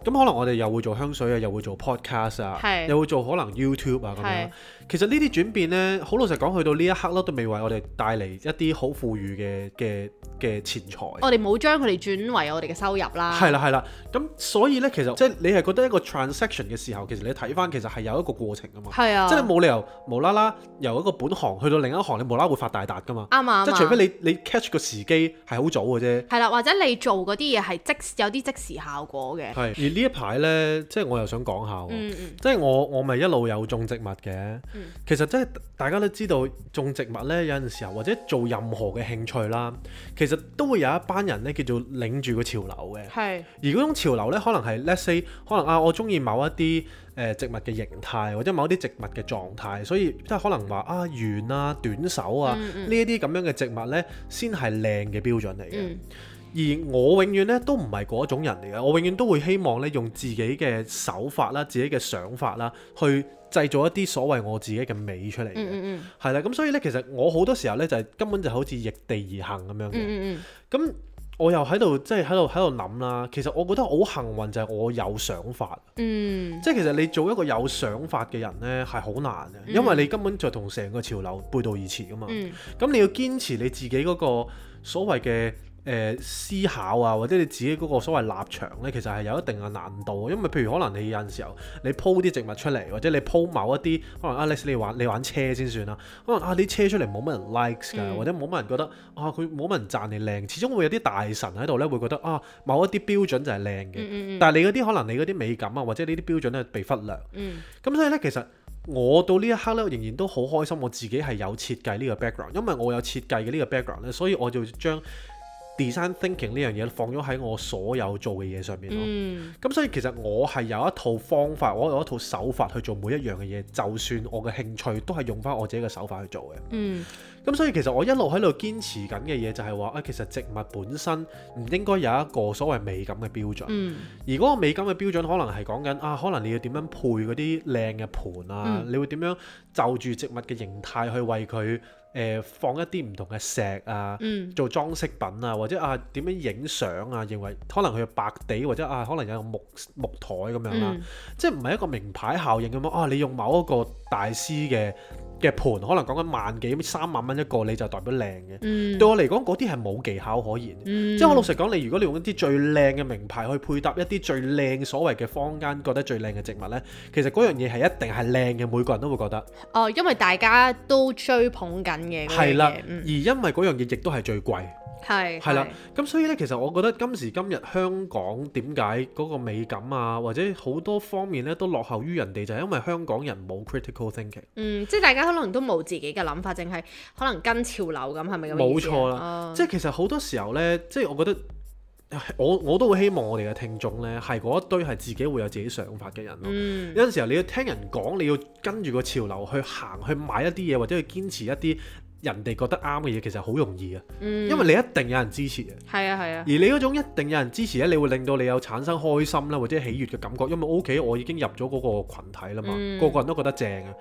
[SPEAKER 1] 咁可能我哋又會做香水啊，又會做 podcast 啊，
[SPEAKER 2] 係
[SPEAKER 1] 又會做可能 YouTube 啊咁樣
[SPEAKER 2] 係。
[SPEAKER 1] 其實呢啲轉變呢，好老實講，去到呢一刻咯，都未為我哋帶嚟一啲好富裕嘅嘅嘅錢財。
[SPEAKER 2] 我哋冇將佢哋轉為我哋嘅收入啦。
[SPEAKER 1] 係啦係啦，咁所以呢，其實即係你係覺得一個 transaction 嘅時候，其實你睇翻其實係有一個過程噶嘛。
[SPEAKER 2] 係啊，
[SPEAKER 1] 即係你冇理由無啦啦由一個本行去到另一行，你無啦啦會發大達噶嘛？
[SPEAKER 2] 啱啊，
[SPEAKER 1] 即
[SPEAKER 2] 啱
[SPEAKER 1] 係
[SPEAKER 2] 啊
[SPEAKER 1] 除非你你 catch 個時機係好早嘅啫。
[SPEAKER 2] 係啦，或者你做嗰啲嘢係即有啲即時效果嘅。
[SPEAKER 1] 係而呢一排呢，即係我又想講下喎，
[SPEAKER 2] 嗯嗯，
[SPEAKER 1] 即係我我咪一路有種植物嘅。
[SPEAKER 2] 嗯
[SPEAKER 1] 其實即係大家都知道種植物呢，有陣時候或者做任何嘅興趣啦，其實都會有一班人呢叫做領住個潮流嘅。
[SPEAKER 2] 係
[SPEAKER 1] 而嗰種潮流呢，可能係 let's say，可能啊，我中意某一啲誒、呃植物嘅形態，或者某一啲植物嘅狀態，所以即係可能話啊圓啊、短手啊
[SPEAKER 2] 嗯嗯
[SPEAKER 1] 呢一啲咁樣嘅植物呢，先係靚嘅標準嚟嘅。
[SPEAKER 2] 嗯
[SPEAKER 1] 而我永遠咧都唔係嗰種人嚟嘅，我永遠都會希望咧用自己嘅手法啦、自己嘅想法啦，去製造一啲所謂我自己嘅美出嚟嘅。
[SPEAKER 2] 嗯嗯
[SPEAKER 1] 係啦，咁所以咧，其實我好多時候咧就係、根本就好似逆地而行咁樣嘅。
[SPEAKER 2] 嗯嗯
[SPEAKER 1] 咁我又喺度即係喺度喺度諗啦。其實我覺得我好幸運就係我有想法，
[SPEAKER 2] 嗯
[SPEAKER 1] 即係其實你做一個有想法嘅人呢係好難嘅，因為你根本就同成個潮流背道而馳噶嘛。咁、
[SPEAKER 2] 嗯
[SPEAKER 1] 你要堅持你自己嗰個所謂嘅。誒、思考啊，或者你自己嗰個所謂立場呢，其實係有一定嘅難度，因為譬如可能你有陣時候你鋪啲植物出嚟，或者你鋪某一啲可能 Alex 你玩你玩車先算啦，可能啊啲車出嚟冇乜人 likes 㗎，
[SPEAKER 2] 嗯
[SPEAKER 1] 或者冇乜人覺得啊佢冇乜人讚你靚，始終會有啲大神喺度呢，會覺得啊某一啲標準就係靚嘅，
[SPEAKER 2] 嗯嗯
[SPEAKER 1] 但係你嗰啲可能你嗰啲美感啊，或者呢啲標準咧被忽略，
[SPEAKER 2] 嗯
[SPEAKER 1] 咁所以咧其實我到呢一刻咧，仍然都好開心，我自己係有設計呢個 background，因為我有設計嘅呢個 background 咧，所以我就將 design thinking 呢樣嘢放咗喺我所有做嘅嘢上面咯。
[SPEAKER 2] 嗯
[SPEAKER 1] 咁、所以其實我係有一套方法，我有一套手法去做每一樣嘅嘢，就算我嘅興趣都係用翻我自己嘅手法去做嘅。
[SPEAKER 2] 嗯
[SPEAKER 1] 咁所以其實我一路喺度堅持緊嘅嘢就係話啊，其實植物本身唔應該有一個所謂美感嘅標準。
[SPEAKER 2] 嗯
[SPEAKER 1] 而嗰個美感嘅標準可能係講緊啊，可能你要點樣配嗰啲靚嘅盤啊，
[SPEAKER 2] 嗯
[SPEAKER 1] 你會點樣就住植物嘅形態去為佢誒、呃放一啲唔同嘅石啊。
[SPEAKER 2] 嗯
[SPEAKER 1] 做裝飾品啊，或者啊點樣影相啊，認為可能佢有白地或者啊可能有個木木台咁樣啦，
[SPEAKER 2] 嗯
[SPEAKER 1] 即係唔係一個名牌效應咁樣啊？你用某一個大師嘅嘅盤，可能講緊萬幾三萬蚊一個，你就代表靚嘅。
[SPEAKER 2] 嗯
[SPEAKER 1] 對我嚟講，嗰啲係冇技巧可言嘅。
[SPEAKER 2] 嗯
[SPEAKER 1] 即係我老實講，你如果你用一啲最靚嘅名牌去配搭一啲最靚所謂嘅坊間覺得最靚嘅植物呢，其實嗰樣嘢係一定係靚嘅，每個人都會覺得
[SPEAKER 2] 哦，因為大家都追捧緊嘅嗰樣嘢，
[SPEAKER 1] 係啦。而
[SPEAKER 2] 嗯
[SPEAKER 1] 因為嗰樣嘢亦都係最貴，
[SPEAKER 2] 係
[SPEAKER 1] 係啦，。咁所以呢，其實我覺得今時今日香港點解嗰個美感啊，或者好多方面呢都落後於人哋，就係因為香港人冇 critical thinking。
[SPEAKER 2] 嗯，即係大家可能都冇自己嘅諗法，淨係可能跟潮流咁，係咪咁嘅
[SPEAKER 1] 冇
[SPEAKER 2] 意思啊
[SPEAKER 1] 錯啦
[SPEAKER 2] 哦
[SPEAKER 1] 即係其實好多時候呢，即係我覺得。我我都會希望我哋嘅聽眾呢，係嗰一堆係自己會有自己想法嘅人咯。
[SPEAKER 2] 嗯
[SPEAKER 1] 有陣時候你要聽人講，你要跟住個潮流去行，去買一啲嘢，或者去堅持一啲人哋覺得啱嘅嘢，其實好容易嘅，
[SPEAKER 2] 嗯，
[SPEAKER 1] 因為你一定有人支持嘅。
[SPEAKER 2] 係啊係啊
[SPEAKER 1] 而，你嗰種一定有人支持咧，你會令到你有產生開心啦，或者喜悅嘅感覺，因為 O.K. 我已經入咗嗰個群體啦嘛，
[SPEAKER 2] 嗯
[SPEAKER 1] 個個人都覺得正啊。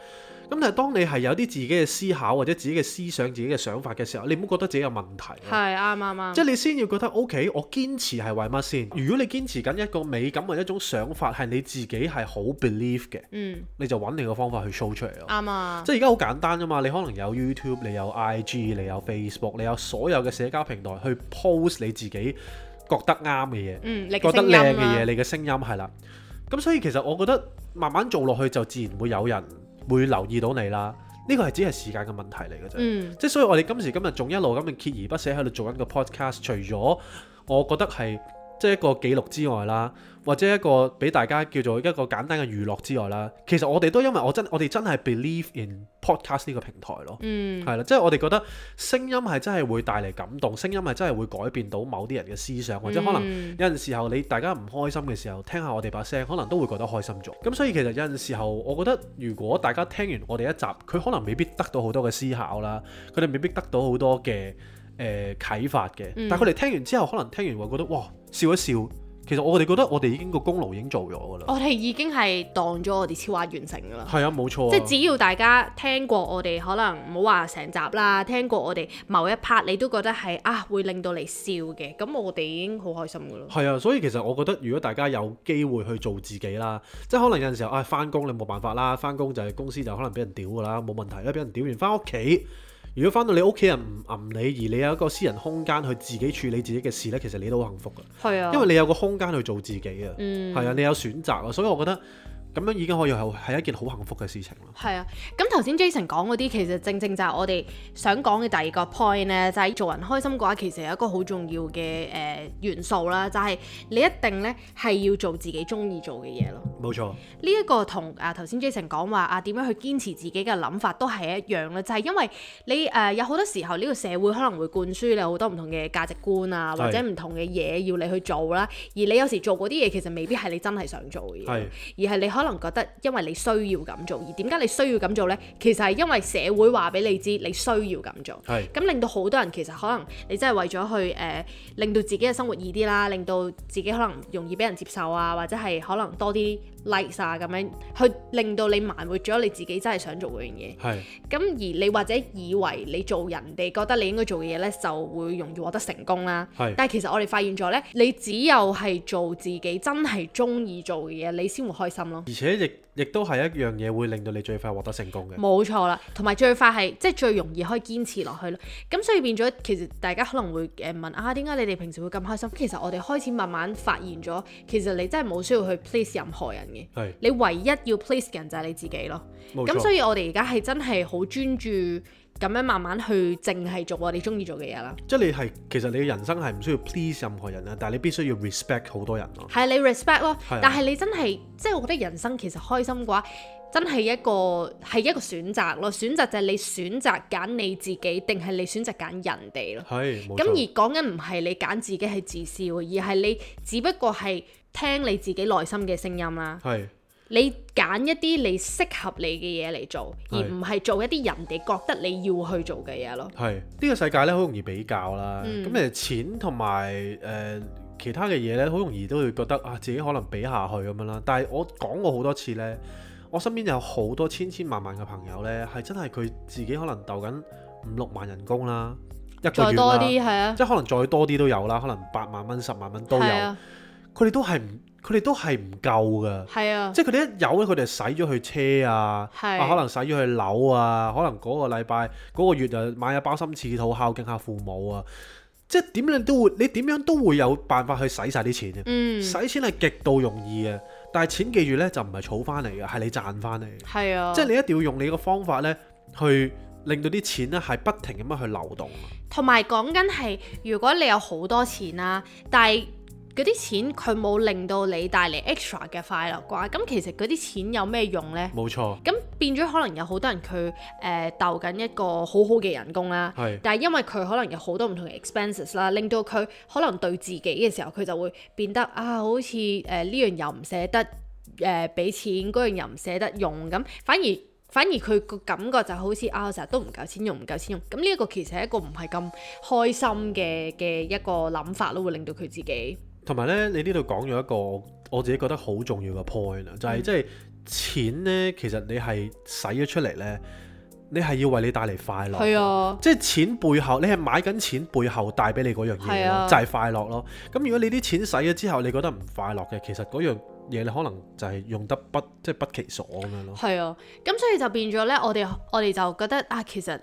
[SPEAKER 1] 咁但係當你係有啲自己嘅思考或者自己嘅思想、自己嘅想法嘅時候，你唔好覺得自己有問題啊。
[SPEAKER 2] 係啱啱
[SPEAKER 1] 即
[SPEAKER 2] 啱，
[SPEAKER 1] 係你先要覺得 O.K. 我堅持係為乜先？如果你堅持緊一個美感或者一種想法係你自己係好 believe 嘅。
[SPEAKER 2] 嗯
[SPEAKER 1] 你就揾你個方法去 show 出嚟咯。
[SPEAKER 2] 啱啊，
[SPEAKER 1] 即係而家好簡單啫嘛，你可能有 YouTube，你有 IG，你有 Facebook，你有所有嘅社交平台去 post 你自己覺得啱嘅嘢，
[SPEAKER 2] 嗯，你
[SPEAKER 1] 覺得靚嘅嘢，
[SPEAKER 2] 嘢，
[SPEAKER 1] 你嘅聲音係啦。咁所以其實我覺得慢慢做落去就自然會有人會留意到你啦。呢個係只係時間嘅問題嚟嘅啫。
[SPEAKER 2] 嗯
[SPEAKER 1] 即係所以我哋今時今日仲一路咁樣鍥而不捨喺度做緊個 podcast，除咗我覺得係即係一個記錄之外啦，或者一個俾大家叫做一個簡單嘅娛樂之外啦，其實我哋都因為我真我哋真係 believe in podcast 呢個平台咯。
[SPEAKER 2] 嗯
[SPEAKER 1] 係啦，即係我哋覺得聲音係真係會帶嚟感動，聲音係真係會改變到某啲人嘅思想，或者可能
[SPEAKER 2] 能
[SPEAKER 1] 有陣時候你大家唔開心嘅時候，聽下我哋把聲，可能都會覺得開心咗。咁所以其實有陣時候，我覺得如果大家聽完我哋一集，佢可能未必得到好多嘅思考啦，佢哋未必得到好多嘅誒啟發嘅。
[SPEAKER 2] 嗯
[SPEAKER 1] 但係佢哋聽完之後，可能聽完會覺得哇笑一笑。其實我哋覺得我哋已經個功勞已經做咗㗎啦。
[SPEAKER 2] 我哋已經係當咗我哋超額完成㗎啦。
[SPEAKER 1] 係啊，冇錯啊。
[SPEAKER 2] 即係只要大家聽過我哋，可能唔好話成集啦，聽過我哋某一 part，你都覺得係啊會令到你笑嘅，咁我哋已經好開心噶咯。
[SPEAKER 1] 係啊，所以其實我覺得，如果大家有機會去做自己啦，即係可能有陣時候啊，翻工你冇辦法啦，翻工就係公司就可能俾人屌㗎啦，冇問題啦，俾人屌完翻屋企，如果翻到你屋企人唔揞你，而你有一個私人空間去自己處理自己嘅事呢，其實你都好幸福㗎，
[SPEAKER 2] 係啊，
[SPEAKER 1] 因為你有個空間去做自己啊，
[SPEAKER 2] 嗯
[SPEAKER 1] 係啊，你有選擇啊，所以我覺得咁樣已經可以係係一件好幸福嘅事情咯。
[SPEAKER 2] 係啊，咁頭先 Jason 講嗰啲，其實正正就係我哋想講嘅第二個 point 咧，就係、做人開心嘅話，其實有一個好重要嘅誒、呃元素啦，就係、你一定咧係要做自己中意做嘅嘢咯。
[SPEAKER 1] 冇錯，
[SPEAKER 2] 呢一個同啊頭先 Jason 講話啊點樣去堅持自己嘅諗法都係一樣啦，就係、因為你誒、呃有好多時候呢個社會可能會灌輸你好多唔同嘅價值觀啊，或者
[SPEAKER 1] 係
[SPEAKER 2] 唔同嘅嘢要你去做啦，而你有時做嗰啲嘢其實未必係你真係想做嘅嘢，
[SPEAKER 1] 係
[SPEAKER 2] 而係你可可能覺得因為你需要咁做，而點解你需要咁做呢？其實係因為社會話俾你知你需要咁做。
[SPEAKER 1] 係
[SPEAKER 2] 咁令到好多人其實可能你真係為咗去誒、呃令到自己嘅生活易啲啦，令到自己可能容易俾人接受啊，或者係可能多啲 likes 啊咁樣，去令到你埋沒咗你自己真係想做嗰樣嘢。
[SPEAKER 1] 係
[SPEAKER 2] 啊咁而你或者以為你做人哋覺得你應該做嘅嘢呢，就會容易獲得成功啦。
[SPEAKER 1] 係
[SPEAKER 2] 但係其實我哋發現咗呢，你只有係做自己真係中意做嘅嘢，你先會開心咯。
[SPEAKER 1] 而且亦亦都係一樣嘢會令到你最快獲得成功嘅。
[SPEAKER 2] 冇錯啦，同埋最快係即係最容易可以堅持落去咯。咁所以變咗，其實大家可能會誒問啊，點解你哋平時會咁開心？其實我哋開始慢慢發現咗，其實你真係冇需要去 please 任何人嘅，
[SPEAKER 1] 係
[SPEAKER 2] 你唯一要 please 嘅人就係你自己咯。
[SPEAKER 1] 冇
[SPEAKER 2] 咁
[SPEAKER 1] 錯
[SPEAKER 2] 所以我哋而家係真係好專注咁樣慢慢去淨係做我哋中意做嘅嘢啦。
[SPEAKER 1] 即係你係其實你嘅人生係唔需要 please 任何人啊，但係你必須要 respect 好多人咯。
[SPEAKER 2] 係你 respect 咯
[SPEAKER 1] 係啊，
[SPEAKER 2] 但係你真係即係我覺得人生其實開心嘅話，真係一個係一個選擇咯。選擇就係你選擇揀你自己，定係你選擇揀人哋咯。
[SPEAKER 1] 係冇
[SPEAKER 2] 咁而
[SPEAKER 1] 錯，
[SPEAKER 2] 講緊唔係你揀自己係自私喎，而係你只不過係聽你自己內心嘅聲音啦。
[SPEAKER 1] 係
[SPEAKER 2] 你揀一啲你適合你嘅嘢嚟做，而
[SPEAKER 1] 係
[SPEAKER 2] 唔係做一啲人哋覺得你要去做嘅嘢咯。
[SPEAKER 1] 係呢個世界咧好容易比較啦。
[SPEAKER 2] 嗯
[SPEAKER 1] 咁誒、錢同埋誒其他嘅嘢咧，好容易都會覺得啊自己可能比下去咁樣啦。但係我講過好多次咧，我身邊有好多千千萬萬嘅朋友咧，係真係佢自己可能鬥緊五六萬人工啦，一個
[SPEAKER 2] 再
[SPEAKER 1] 月
[SPEAKER 2] 多
[SPEAKER 1] 啦，
[SPEAKER 2] 啲係啊，
[SPEAKER 1] 即係可能再多啲都有啦，可能八萬蚊、十萬蚊都有。
[SPEAKER 2] 係啊，
[SPEAKER 1] 佢哋都係唔，佢哋都係唔夠㗎。
[SPEAKER 2] 係啊，
[SPEAKER 1] 即係佢哋一有咧，佢哋使咗去車啊，
[SPEAKER 2] 係
[SPEAKER 1] 啊可能使咗去樓啊，可能嗰個禮拜嗰個月就買下包心刺肚孝敬下父母啊，即係點樣都會，你點樣都會有辦法去使晒啲錢嘅。
[SPEAKER 2] 嗯，
[SPEAKER 1] 使、錢係極度容易嘅，但係錢記住呢，就唔係儲翻嚟嘅，係你賺翻嚟嘅。
[SPEAKER 2] 係啊，
[SPEAKER 1] 即係你一定要用你個方法呢，去令到啲錢呢係不停咁樣去流動。
[SPEAKER 2] 同埋講緊係，如果你有好多錢啦、但係嗰啲錢佢冇令到你帶嚟 extra 嘅快樂啩，咁其實嗰啲錢有咩用呢？
[SPEAKER 1] 冇錯，
[SPEAKER 2] 咁變咗可能有好多人佢誒鬥緊一個好好嘅人工啦，
[SPEAKER 1] 係
[SPEAKER 2] 但係因為佢可能有好多唔同嘅 expenses 啦，令到佢可能對自己嘅時候佢就會變得啊，好似誒呢樣又唔捨得誒俾、錢，嗰樣又唔捨得用咁，反而反而佢個感覺就好似啊，我成日都唔夠錢用，唔夠錢用。咁呢一個其實係一個唔係咁開心嘅嘅一個諗法咯，會令到佢自己
[SPEAKER 1] 同埋咧，你呢度講咗一個我自己覺得好重要嘅 point 啊，就
[SPEAKER 2] 嗯
[SPEAKER 1] 係即係錢呢，其實你係使咗出嚟呢，你係要為你帶嚟快樂。
[SPEAKER 2] 係啊，
[SPEAKER 1] 即係錢背後，你係買緊錢背後帶俾你嗰樣嘢
[SPEAKER 2] 係
[SPEAKER 1] 咯，
[SPEAKER 2] 啊
[SPEAKER 1] 就係快樂咯。咁如果你啲錢使咗之後，你覺得唔快樂嘅，其實嗰樣嘢你可能就係用得不即係不其所咁樣咯。
[SPEAKER 2] 係啊，咁所以就變咗呢，我哋我哋就覺得啊，其實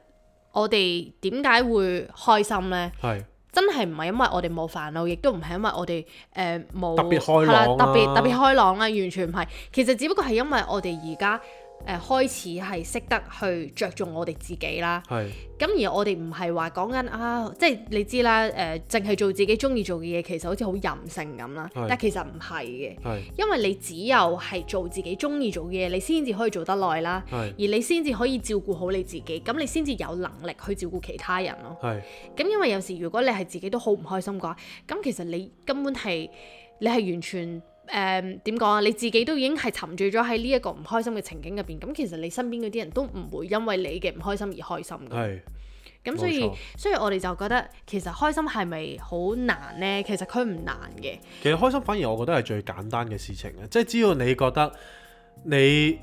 [SPEAKER 2] 我哋點解會開心呢？
[SPEAKER 1] 係
[SPEAKER 2] 真係唔係因為我哋冇煩惱，亦都唔係因為我哋誒冇
[SPEAKER 1] 特別開朗啦啊
[SPEAKER 2] 係啦特別特別開朗啦，完全唔係。其實只不過係因為我哋而家誒開始係識得去着重我哋自己啦。
[SPEAKER 1] 係
[SPEAKER 2] 咁而我哋唔係話講緊啊，即係你知啦誒，呃淨、係做自己中意做嘅嘢，其實好似好任性咁啦。
[SPEAKER 1] 係
[SPEAKER 2] 但其實唔係嘅，
[SPEAKER 1] 係
[SPEAKER 2] 因為你只有係做自己中意做嘅嘢，你先至可以做得耐啦。而
[SPEAKER 1] 係
[SPEAKER 2] 你先至可以照顧好你自己，咁你先至有能力去照顧其他人咯。
[SPEAKER 1] 係
[SPEAKER 2] 咁因為有時如果你係自己都好唔開心嘅話，咁其實你根本係呃你係完全誒點講啊？你自己都已經係沉醉咗喺呢一個唔開心嘅情景入邊，咁其實你身邊嗰啲人都唔會因為你嘅唔開心而開心嘅。
[SPEAKER 1] 係
[SPEAKER 2] 咁所
[SPEAKER 1] 冇
[SPEAKER 2] 以
[SPEAKER 1] 錯
[SPEAKER 2] 所以我哋就覺得其實開心係咪好難呢？其實佢唔難嘅，
[SPEAKER 1] 其實開心反而我覺得係最簡單嘅事情咧，即係只要你覺得你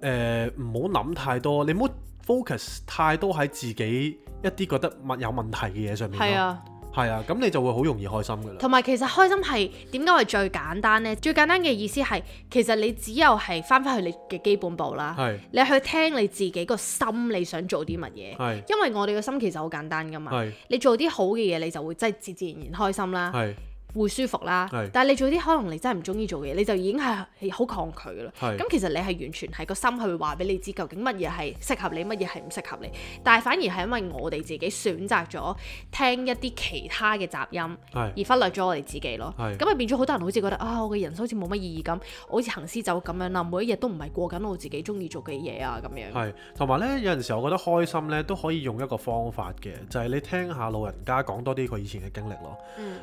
[SPEAKER 1] 誒唔好諗太多，你唔好 focus 太多喺自己一啲覺得問有問題嘅嘢上面。
[SPEAKER 2] 係，啊。
[SPEAKER 1] 係啊，咁你就會好容易開心噶啦。
[SPEAKER 2] 同埋其實開心係點解係最簡單呢？最簡單嘅意思係其實你只有係翻返去你嘅基本步啦，
[SPEAKER 1] 係
[SPEAKER 2] 你去聽你自己個心你想做啲乜嘢，
[SPEAKER 1] 係
[SPEAKER 2] 因為我哋個心其實好簡單噶嘛。
[SPEAKER 1] 係
[SPEAKER 2] 你做啲好嘅嘢，你就會真係自自然然開心啦，
[SPEAKER 1] 係
[SPEAKER 2] 會舒服啦
[SPEAKER 1] 係。
[SPEAKER 2] 但係你做啲可能你真係唔中意做嘅嘢，你就已經係係好抗拒噶啦。
[SPEAKER 1] 係
[SPEAKER 2] 咁其實你係完全係個心係會話俾你知，究竟乜嘢係適合你，乜嘢係唔適合你。但係反而係因為我哋自己選擇咗聽一啲其他嘅雜音，
[SPEAKER 1] 係
[SPEAKER 2] 而忽略咗我哋自己咯。
[SPEAKER 1] 係
[SPEAKER 2] 咁咪變咗好多人好似覺得啊，我嘅人生好似冇乜意義咁，我好似行屍走肉咁樣啦，每一日都唔係過緊我自己中意做嘅嘢啊咁樣。
[SPEAKER 1] 係，同埋呢，有陣時我覺得開心呢都可以
[SPEAKER 2] 嗯
[SPEAKER 1] 用一個方法嘅，就係、你聽下老人家講多啲佢以前嘅經歷咯。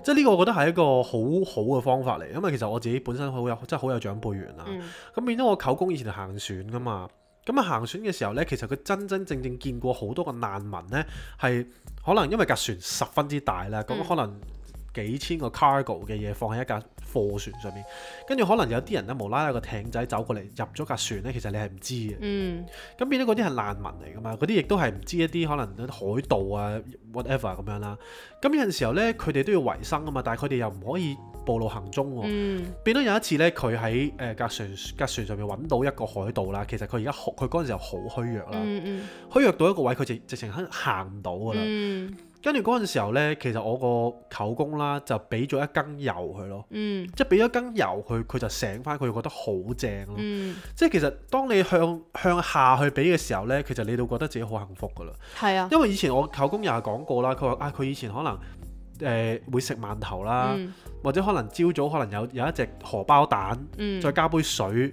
[SPEAKER 1] 即係呢個我覺得係一個個好好嘅方法嚟，因為其實我自己本身好有真係好有長輩緣啦。
[SPEAKER 2] 嗯
[SPEAKER 1] 咁變咗我舅公以前係行船噶嘛，咁啊行船嘅時候呢，其實佢真真正正見過好多個難民呢，係可能因為架船十分之大啦，咁、
[SPEAKER 2] 嗯
[SPEAKER 1] 可能幾千個 cargo 嘅嘢放喺一架貨船上面，跟住可能有啲人呢，無啦啦有個艇仔走過嚟入咗架船呢，其實你係唔知嘅，
[SPEAKER 2] 嗯
[SPEAKER 1] 咁變咗嗰啲係難民嚟噶嘛，嗰啲亦都係唔知一啲可能海盜啊 whatever 咁樣啦，咁有陣時候呢，佢哋都要維生啊嘛，但係佢哋又唔可以暴露行蹤喎。
[SPEAKER 2] 嗯
[SPEAKER 1] 變咗有一次咧，佢喺誒架船架船上面揾到一個海盜啦。其實佢而家好，佢嗰陣時候好虛弱啦，
[SPEAKER 2] 嗯
[SPEAKER 1] 虛弱到一個位，佢直直情係行唔到噶啦。
[SPEAKER 2] 嗯
[SPEAKER 1] 跟住嗰陣時候咧，其實我個舅公啦就俾咗一羹油佢咯，
[SPEAKER 2] 嗯
[SPEAKER 1] 即係俾咗一羹油佢，佢就醒翻，佢就覺得好正咯。
[SPEAKER 2] 嗯，
[SPEAKER 1] 即係其實當你向向下去俾嘅時候咧，其實你都覺得自己好幸福噶啦。
[SPEAKER 2] 係啊，
[SPEAKER 1] 因為以前我舅公又係講過啦，佢話啊，佢以前可能誒、呃、會食饅頭啦，
[SPEAKER 2] 嗯
[SPEAKER 1] 或者可能朝早可能有有一隻荷包蛋。
[SPEAKER 2] 嗯
[SPEAKER 1] 再加杯水，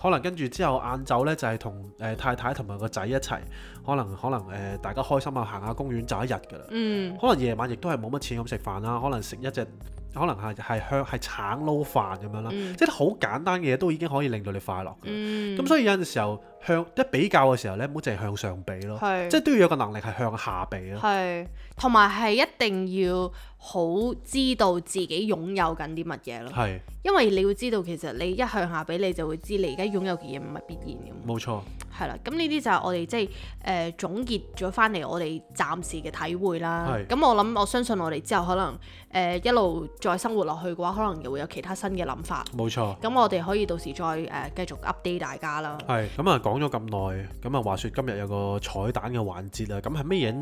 [SPEAKER 1] 可能跟住之後晏晝呢，就係同誒太太同埋個仔一齊，可能可能誒、呃大家開心啊，行下公園就一日㗎啦。
[SPEAKER 2] 嗯
[SPEAKER 1] 可能夜晚亦都係冇乜錢咁食飯啦，可能食一隻，可能係係香係橙撈飯啊咁樣啦，
[SPEAKER 2] 嗯
[SPEAKER 1] 即係好簡單嘅嘢都已經可以令到你快樂㗎啦。
[SPEAKER 2] 嗯
[SPEAKER 1] 咁、所以有陣時候向一比較嘅時候呢，唔好淨係向上比咯，
[SPEAKER 2] 係
[SPEAKER 1] 即係都要有個能力係向下比咯。
[SPEAKER 2] 係，同埋係一定要好知道自己擁有緊啲乜嘢咯，
[SPEAKER 1] 係，
[SPEAKER 2] 因為你會知道其實你一向下俾你就會知你而家擁有嘅嘢唔係必然咁，
[SPEAKER 1] 冇錯，
[SPEAKER 2] 係啦。咁呢啲就係我哋即係誒總結咗翻嚟我哋暫時嘅體會啦
[SPEAKER 1] 係。
[SPEAKER 2] 咁我諗我相信我哋之後可能誒、呃一路再生活落去嘅話，可能又會有其他新嘅諗法。
[SPEAKER 1] 冇錯。
[SPEAKER 2] 咁我哋可以到時再誒、呃、繼續 update 大家啦。
[SPEAKER 1] 係咁啊，講咗咁耐，咁啊，話說今日有個彩蛋嘅環節啊，咁係乜嘢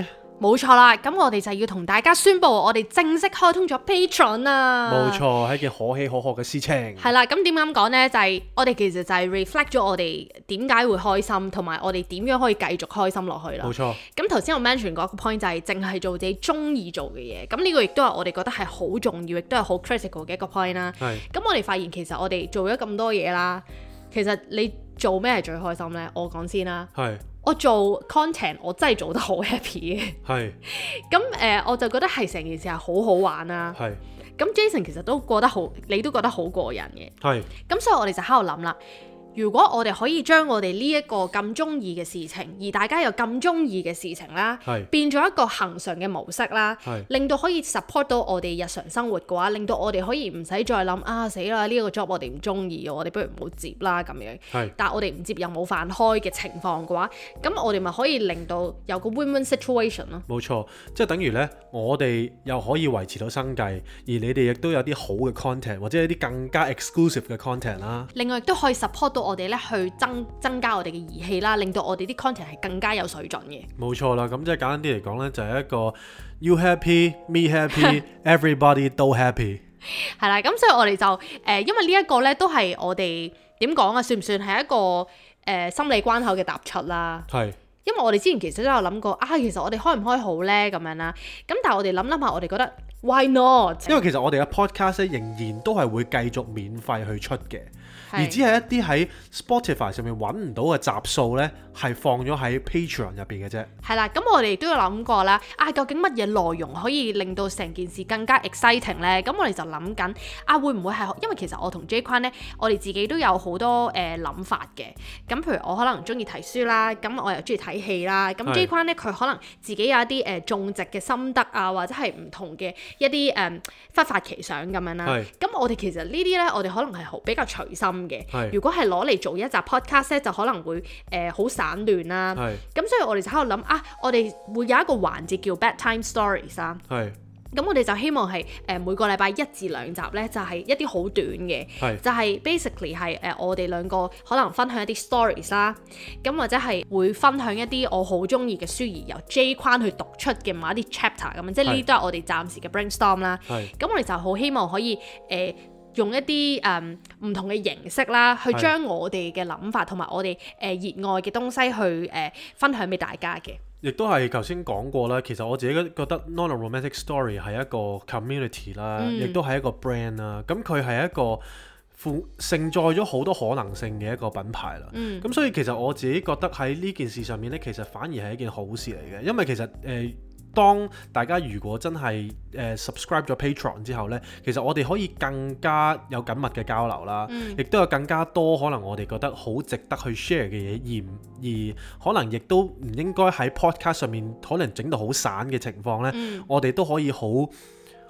[SPEAKER 1] 呢？
[SPEAKER 2] 冇錯啦，咁我哋就要同大家宣布，我哋正式開通咗 Patron 啦。
[SPEAKER 1] 冇錯，係一件可喜可賀嘅事情。
[SPEAKER 2] 啊係啦，咁點解咁講呢？就係、我哋其實就係 reflect 咗我哋點解會開心，同埋我哋點樣可以繼續開心落去啦
[SPEAKER 1] 冇。錯，
[SPEAKER 2] 咁頭先我 mention 嗰個 point 就係淨係做自己中意做嘅嘢，咁呢個亦都係我哋覺得係好重要，亦都係好 critical 嘅一個 point 啦。
[SPEAKER 1] 係
[SPEAKER 2] 咁我哋發現其實我哋做咗咁多嘢啦，其實你做咩係最開心呢？我講先啦，
[SPEAKER 1] 係
[SPEAKER 2] 我做 content 我真係做得好 happy 嘅，
[SPEAKER 1] 係
[SPEAKER 2] 咁誒、呃我就覺得係成件事係好好玩啦。
[SPEAKER 1] 係
[SPEAKER 2] 咁 Jason 其實都過得好，你都覺得好過癮嘅。
[SPEAKER 1] 係
[SPEAKER 2] 咁所以我哋就喺度諗啦。如果我哋可以將我哋呢一個咁中意嘅事情，而大家又咁中意嘅事情啦
[SPEAKER 1] 係，
[SPEAKER 2] 變咗一個恒常嘅模式啦
[SPEAKER 1] 係，
[SPEAKER 2] 令到可以 support 到我哋日常生活嘅話，令到我哋可以唔使再諗啊死啦！呢、個 job 我哋唔中意，我哋不如唔好接啦咁樣。
[SPEAKER 1] 係
[SPEAKER 2] 但我哋唔接又冇飯開嘅情況嘅話，咁我哋咪可以令到有個 win-win situation 咯。
[SPEAKER 1] 冇錯，即係等於呢，我哋又可以維持到生計，而你哋亦都有啲好嘅 content，或者一啲更加 exclusive 嘅 content 啦。
[SPEAKER 2] 另外亦都可以 support 到我哋咧去增增加我哋嘅儀器啦，令到我哋啲 content 係更加有水準嘅。
[SPEAKER 1] 冇錯啦，咁即係簡單啲嚟講呢，就係一個 you happy, me happy, everybody 都 happy。
[SPEAKER 2] 係啦，咁所以我哋就誒、呃因為呢一個咧都係我哋點講啊，算唔算係一個誒、呃心理關口嘅踏出啦？
[SPEAKER 1] 係
[SPEAKER 2] 因為我哋之前其實都有諗過啊，其實我哋開唔開好咧咁樣啦。咁但係我哋諗諗下，我哋覺得 why not？
[SPEAKER 1] 因為其實我哋嘅 podcast 咧仍然都係會繼續免費去出嘅。而只
[SPEAKER 2] 係
[SPEAKER 1] 係一啲喺 Spotify 上面揾唔到嘅集數呢，係放咗喺 Patreon 入邊嘅啫。
[SPEAKER 2] 係啦，咁我哋都有諗過啦。啊，究竟乜嘢內容可以令到成件事更加 exciting 咧？咁我哋就諗緊啊，會唔會係因為其實我同 J 坤咧，我哋自己都有好多誒諗、法嘅。咁譬如我可能中意睇書啦，咁我又中意睇戲啦。咁
[SPEAKER 1] 係
[SPEAKER 2] J 坤咧，佢可能自己有一啲誒、呃種植嘅心得啊，或者係唔同嘅一啲誒、嗯忽發奇想咁樣啦
[SPEAKER 1] 係。
[SPEAKER 2] 咁我哋其實呢啲咧，我哋可能係好比較隨心
[SPEAKER 1] 係
[SPEAKER 2] 嘅。如果係攞嚟做一集 podcast 咧，就可能會誒好、散亂啦。
[SPEAKER 1] 係
[SPEAKER 2] 咁所以我哋就喺度諗啊，我哋會有一個環節叫 bedtime stories 啦。
[SPEAKER 1] 係
[SPEAKER 2] 咁我哋就希望係誒、呃每個禮拜一至兩集呢，就係、一啲好短嘅，
[SPEAKER 1] 係
[SPEAKER 2] 就係 basically 係誒、呃我哋兩個可能分享一啲 stories 啦，咁或者係會分享一啲我好中意嘅書，而由 J 框去讀出嘅某一啲 chapter 咁樣，即係呢
[SPEAKER 1] 係
[SPEAKER 2] 啲都係我哋暫時嘅 brainstorm 啦。
[SPEAKER 1] 係
[SPEAKER 2] 咁我哋就好希望可以誒、呃用一啲誒唔同嘅形式啦，去
[SPEAKER 1] 係
[SPEAKER 2] 將我哋嘅諗法同埋我哋誒、呃、熱愛嘅東西去誒、呃分享俾大家嘅。
[SPEAKER 1] 亦都係頭先講過啦。其實我自己覺得 Non-Romantic Story 係一個 community 啦，
[SPEAKER 2] 嗯
[SPEAKER 1] 亦都係一個 brand 啦。咁佢係一個負盛載咗好多可能性嘅一個品牌啦。
[SPEAKER 2] 嗯
[SPEAKER 1] 咁所以其實我自己覺得喺呢件事上面呢，其實反而係一件好事嚟嘅，因為其實誒、呃當大家如果真係誒、呃 subscribe 咗 Patreon 之後呢，其實我哋可以更加有緊密嘅交流啦，
[SPEAKER 2] 嗯
[SPEAKER 1] 亦都有更加多可能我哋覺得好值得去 share 嘅嘢，而唔而可能亦都唔應該喺 podcast 上面可能整到好散嘅情況呢，
[SPEAKER 2] 嗯
[SPEAKER 1] 我哋都可以好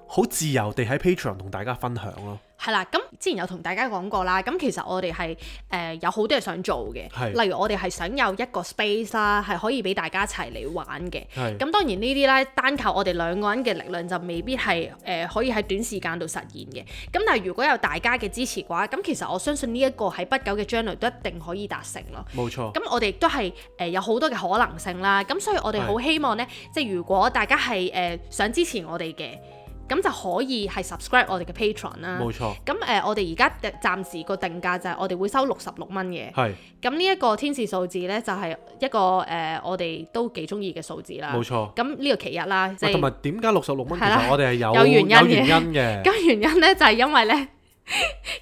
[SPEAKER 1] 好自由地喺 Patreon 同大家分享咯。
[SPEAKER 2] 係啦，咁之前有同大家講過啦，咁其實我哋係誒有好多嘢想做嘅
[SPEAKER 1] 係，
[SPEAKER 2] 例如我哋係想有一個 space 啦，係可以俾大家一齊嚟玩嘅。
[SPEAKER 1] 係
[SPEAKER 2] 咁當然呢啲咧，單靠我哋兩個人嘅力量就未必係誒、呃可以喺短時間度實現嘅。咁但係如果有大家嘅支持嘅話，咁其實我相信呢一個喺不久嘅將來都一定可以達成咯。
[SPEAKER 1] 冇錯，
[SPEAKER 2] 咁我哋亦都係誒有好多嘅可能性啦，咁所以我哋好
[SPEAKER 1] 係
[SPEAKER 2] 希望呢，即係如果大家係誒、呃想支持我哋嘅，咁就可以係 subscribe 我哋嘅 patron 啦。
[SPEAKER 1] 冇錯，
[SPEAKER 2] 咁誒、呃我哋而家定暫時個定價就係我哋會收六十六蚊嘅。
[SPEAKER 1] 係
[SPEAKER 2] 咁呢一個天使數字呢，就係、一個誒、呃我哋都幾中意嘅數字啦。
[SPEAKER 1] 冇錯。
[SPEAKER 2] 咁呢個其一啦，啊即
[SPEAKER 1] 喂同埋
[SPEAKER 2] 係
[SPEAKER 1] 點解六十六蚊？其
[SPEAKER 2] 係啦
[SPEAKER 1] 實我哋係有
[SPEAKER 2] 有原因嘅
[SPEAKER 1] 有原因嘅，
[SPEAKER 2] 咁原因呢，就係、因為呢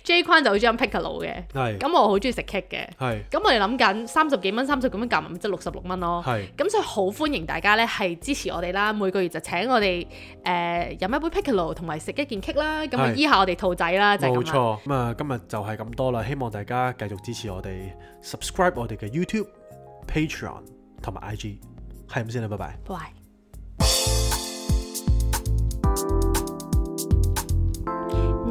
[SPEAKER 2] J 框就好中意 Piccolo 嘅，
[SPEAKER 1] 係
[SPEAKER 2] 咁我好中意食 cake 嘅。
[SPEAKER 1] 係
[SPEAKER 2] 咁我哋諗緊三十幾蚊、三十幾蚊夾埋，即係六十六蚊咯。
[SPEAKER 1] 係
[SPEAKER 2] 咁所以好歡迎大家咧係支持我哋啦，每個月就請我哋誒飲一杯 Piccolo 同埋食一件 cake 啦，咁啊
[SPEAKER 1] 係
[SPEAKER 2] 醫下我哋兔仔啦，就係
[SPEAKER 1] 冇
[SPEAKER 2] 咁啦。
[SPEAKER 1] 錯。咁啊，今日就係咁多啦，希望大家繼續支持我哋，subscribe 我哋嘅 YouTube、Patreon 同埋 IG，係咁先啦，拜拜。
[SPEAKER 2] 拜拜。